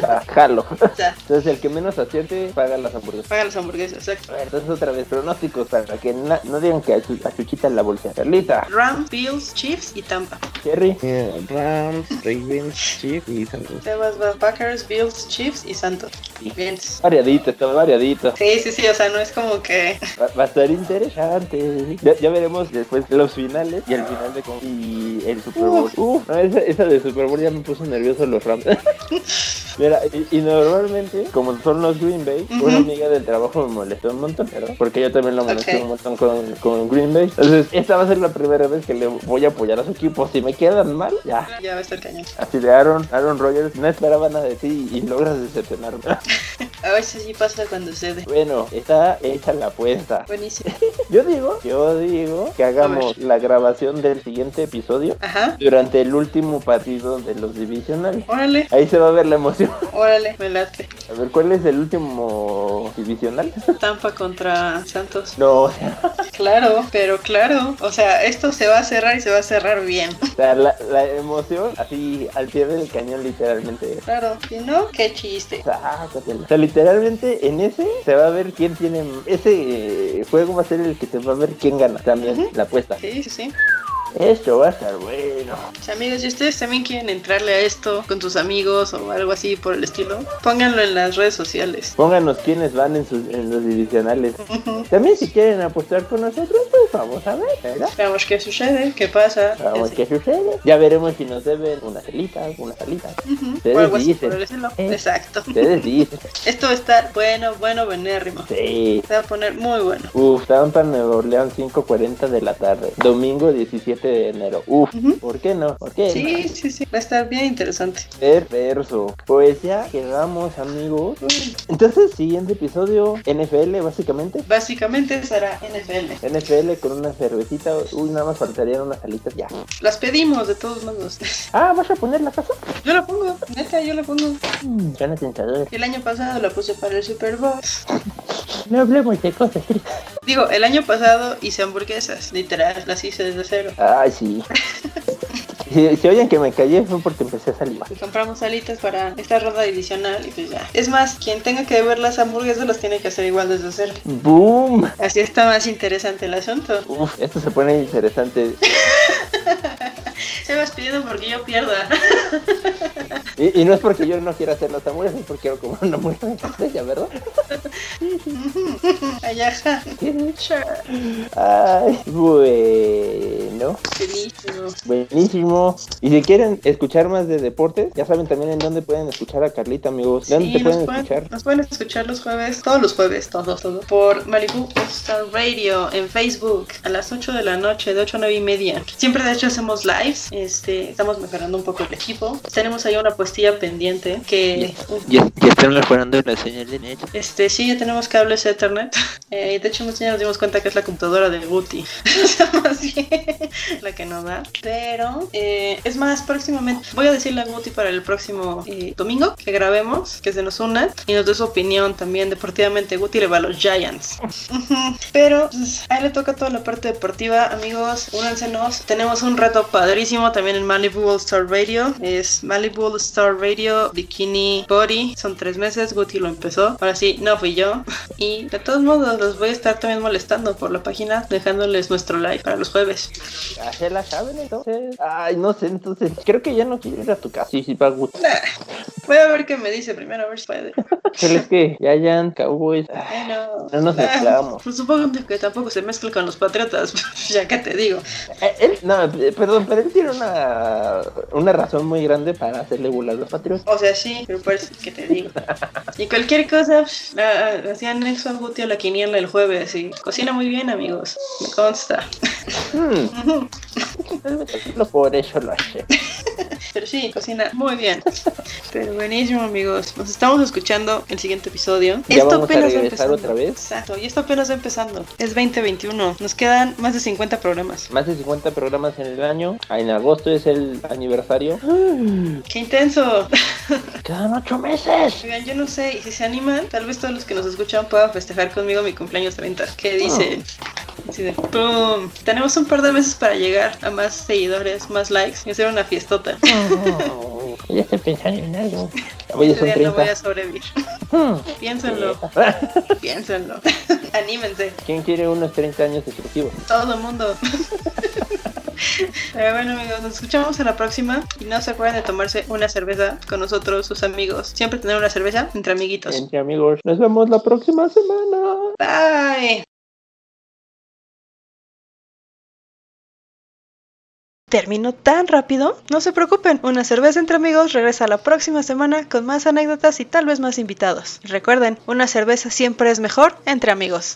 C: ah, jalo.
B: O sea,
C: Entonces el que menos acierte paga las hamburguesas.
B: paga las hamburguesas, exacto.
C: A ver, entonces otra vez, pronósticos para que na- no digan que a, Chu- a Chuchita la bolsa. Carlita,
B: Rams, Bills, Chiefs y Tampa.
C: Cherry,
D: Eh, Rams, Ravens, Chiefs y Santos.
B: Sebas va Packers, Bills, Chiefs y Santos. Y Bills.
C: variadito, estaba variadito.
B: Sí, sí, sí, o sea, no es como que
C: Va, va a estar interesante. Ya, ya veremos después los finales y el final de con- y el Super Bowl.
B: Uf.
C: Uf, no, esa, esa de Super Bowl ya me puso nervioso los Rams. Mira, y, y normalmente, como son los Green Bay,
B: Ujú.
C: una amiga del trabajo me molestó un montón, ¿verdad? Porque yo también lo molesté
B: Ok.
C: un montón con, con Green Bay. Entonces, esta va a ser la primera vez que le voy a apoyar a su equipo. Si me quedan mal, ya.
B: ya va a estar cañón.
C: Así de Aaron, Aaron Rodgers, no esperaba nada de ti y logras decepcionarme.
B: A veces sí pasa cuando cede.
C: bueno, está hecha la apuesta.
B: Buenísimo.
C: Yo digo, yo digo que hagamos la grabación del siguiente episodio
B: Ajá.
C: durante el último partido de los divisionales.
B: Órale,
C: Ahí se va a ver la emoción.
B: órale, me late.
C: A ver, ¿cuál es el último divisional?
B: Tampa contra Santos.
C: No, o sea,
B: Claro, pero claro. O sea, esto se va a cerrar y se va a cerrar bien.
C: la, la emoción así al pie del cañón literalmente.
B: Claro, si no, qué chiste.
C: Sácatela. O sea, literalmente en ese se va a ver quién tiene... Ese eh, juego va a ser el que se va a ver quién gana también la apuesta.
B: Sí, sí, sí.
C: Esto va a estar bueno.
B: O sea, amigos, si ustedes también quieren entrarle a esto con tus amigos o algo así por el estilo, pónganlo en las redes sociales.
C: Pónganos quiénes van en, sus, en los divisionales.
B: Ujú.
C: También si quieren apostar con nosotros, pues vamos a ver, ¿verdad?
B: Veamos qué sucede, qué pasa.
C: Vamos
B: así.
C: qué sucede. Ya veremos si nos deben unas alitas, unas alitas.
B: Ujú,
C: Ustedes
B: o algo así
C: dicen.
B: por el estilo.
C: Eh.
B: Exacto.
C: Ustedes dicen.
B: Esto va a estar bueno, bueno, venérrimo.
C: Sí.
B: Se va a poner muy bueno.
C: Uf, Tampa, Nueva Orleans, 5.40 de la tarde. Domingo 17 de enero. Uf,
B: Ujú.
C: ¿por qué no? ¿Por qué?
B: Sí, sí, sí. Va a estar bien interesante.
C: Perverso. Pues ya quedamos, amigos. Entonces, siguiente episodio, NFL, básicamente.
B: Básicamente será NFL.
C: NFL con una cervecita. Uy, nada más faltarían unas alitas ya.
B: Las pedimos de todos modos.
C: Ah, ¿vas a poner la casa?
B: Yo la pongo, neta, yo la pongo.
C: Mm, suena tentador.
B: El año pasado la puse para el Super Bowl.
C: No hablemos de cosas tristes.
B: Digo, el año pasado hice hamburguesas, literal, las hice desde cero.
C: Ay, sí. Si, si oyen que me callé fue porque empecé a salir.
B: Y compramos alitas para esta ronda divisional y pues ya. Es más, quien tenga que ver las hamburguesas las tiene que hacer igual desde cero.
C: ¡Boom!
B: Así está más interesante el asunto.
C: Uf, esto se pone interesante.
B: Se vas pidiendo porque yo pierda.
C: Y, y no es porque yo no quiera hacer las hamburguesas, es porque quiero comer una hamburguesa de costilla, ¿verdad?
B: Allá, ja. Sure.
C: Ay, bueno.
B: Buenísimo.
C: Buenísimo. Y si quieren escuchar más de deportes, ya saben también en dónde pueden escuchar a Carlita, amigos. ¿Dónde
B: Sí,
C: te pueden
B: nos, pueden,
C: escuchar?
B: nos pueden escuchar los jueves, todos los jueves, todos, todos, por Malibu Star Radio en Facebook a las 8 de la noche, de 8 a 9 y media. Siempre, de hecho, hacemos lives. Este, estamos mejorando un poco el equipo. Tenemos ahí una puestilla pendiente que.
C: Ya, ya están mejorando la señal de net.
B: Este, sí, ya tenemos cables Ethernet. Eh, de hecho, ya nos dimos cuenta que es la computadora de Guti. o sea, más bien la que no da. Pero, eh, es más, próximamente voy a decirle a Guti para el próximo eh, domingo que grabemos, que se nos una y nos dé su opinión también deportivamente. Guti le va a los Giants. Ujú. Pero pues, ahí le toca toda la parte deportiva, amigos. Únansenos. Tenemos un reto padrísimo también en Malibu All Star Radio. Es Malibu All Star Radio Bikini Body. Son tres meses. Guti lo empezó. Ahora sí, no fui yo. Y de todos modos, los voy a estar también molestando por la página, dejándoles nuestro like para los jueves.
C: Ah, se la saben entonces. Ay, no sé, entonces creo que ya no quiero ir a tu casa. Sí, sí, para gusto.
B: Nah, Voy a ver qué me dice primero, a ver si puede.
C: ¿Crees que ya hayan Cowboys? Ah,
B: Bueno,
C: No nos
B: nah,
C: mezclamos.
B: pues supongo que tampoco se mezcla con los patriotas, ya que te digo.
C: eh, Él, no, eh, perdón, pero él tiene una, una razón muy grande para hacerle volar a los Patriots.
B: O sea, sí, pero por eso es que te digo. Y cualquier cosa, pf, la- hacían nexo a Guti a la quiniela el jueves y cocina muy bien, amigos. Me consta.
C: Hmm, tal vez Por eso lo hace.
B: Pero sí, cocina muy bien. Pero buenísimo, amigos. Nos estamos escuchando el siguiente episodio.
C: Ya vamos a regresar otra vez.
B: Exacto, y esto apenas va empezando. Es 2021. Nos quedan más de 50 programas.
C: Más de 50 programas en el año. Ah, En agosto es el aniversario. Mm.
B: ¡Qué intenso!
C: ¡Quedan ocho meses!
B: Oigan, yo no sé, y si se animan, tal vez todos los que nos escuchan puedan festejar conmigo mi cumpleaños 30. ¿Qué dicen? Así de ¡pum! Tenemos un par de meses para llegar a más seguidores, más likes y hacer una fiestota.
C: ya estoy pensando en algo. Oye,
B: Ese día no voy
C: Ah, son Hmm,
B: a
C: 30.
B: sobrevivir. Piénsenlo, piénsenlo. Anímense,
C: ¿Quién quiere unos 30 años destructivos?
B: todo el mundo. Pero bueno amigos, nos escuchamos en la próxima y no se acuerden de tomarse una cerveza con nosotros, sus amigos. Siempre tener una cerveza entre amiguitos.
C: Entre amigos, nos vemos la próxima semana.
B: Bye.
A: ¿Terminó tan rápido? No se preocupen, una cerveza entre amigos regresa la próxima semana con más anécdotas y tal vez más invitados. Recuerden, una cerveza siempre es mejor entre amigos.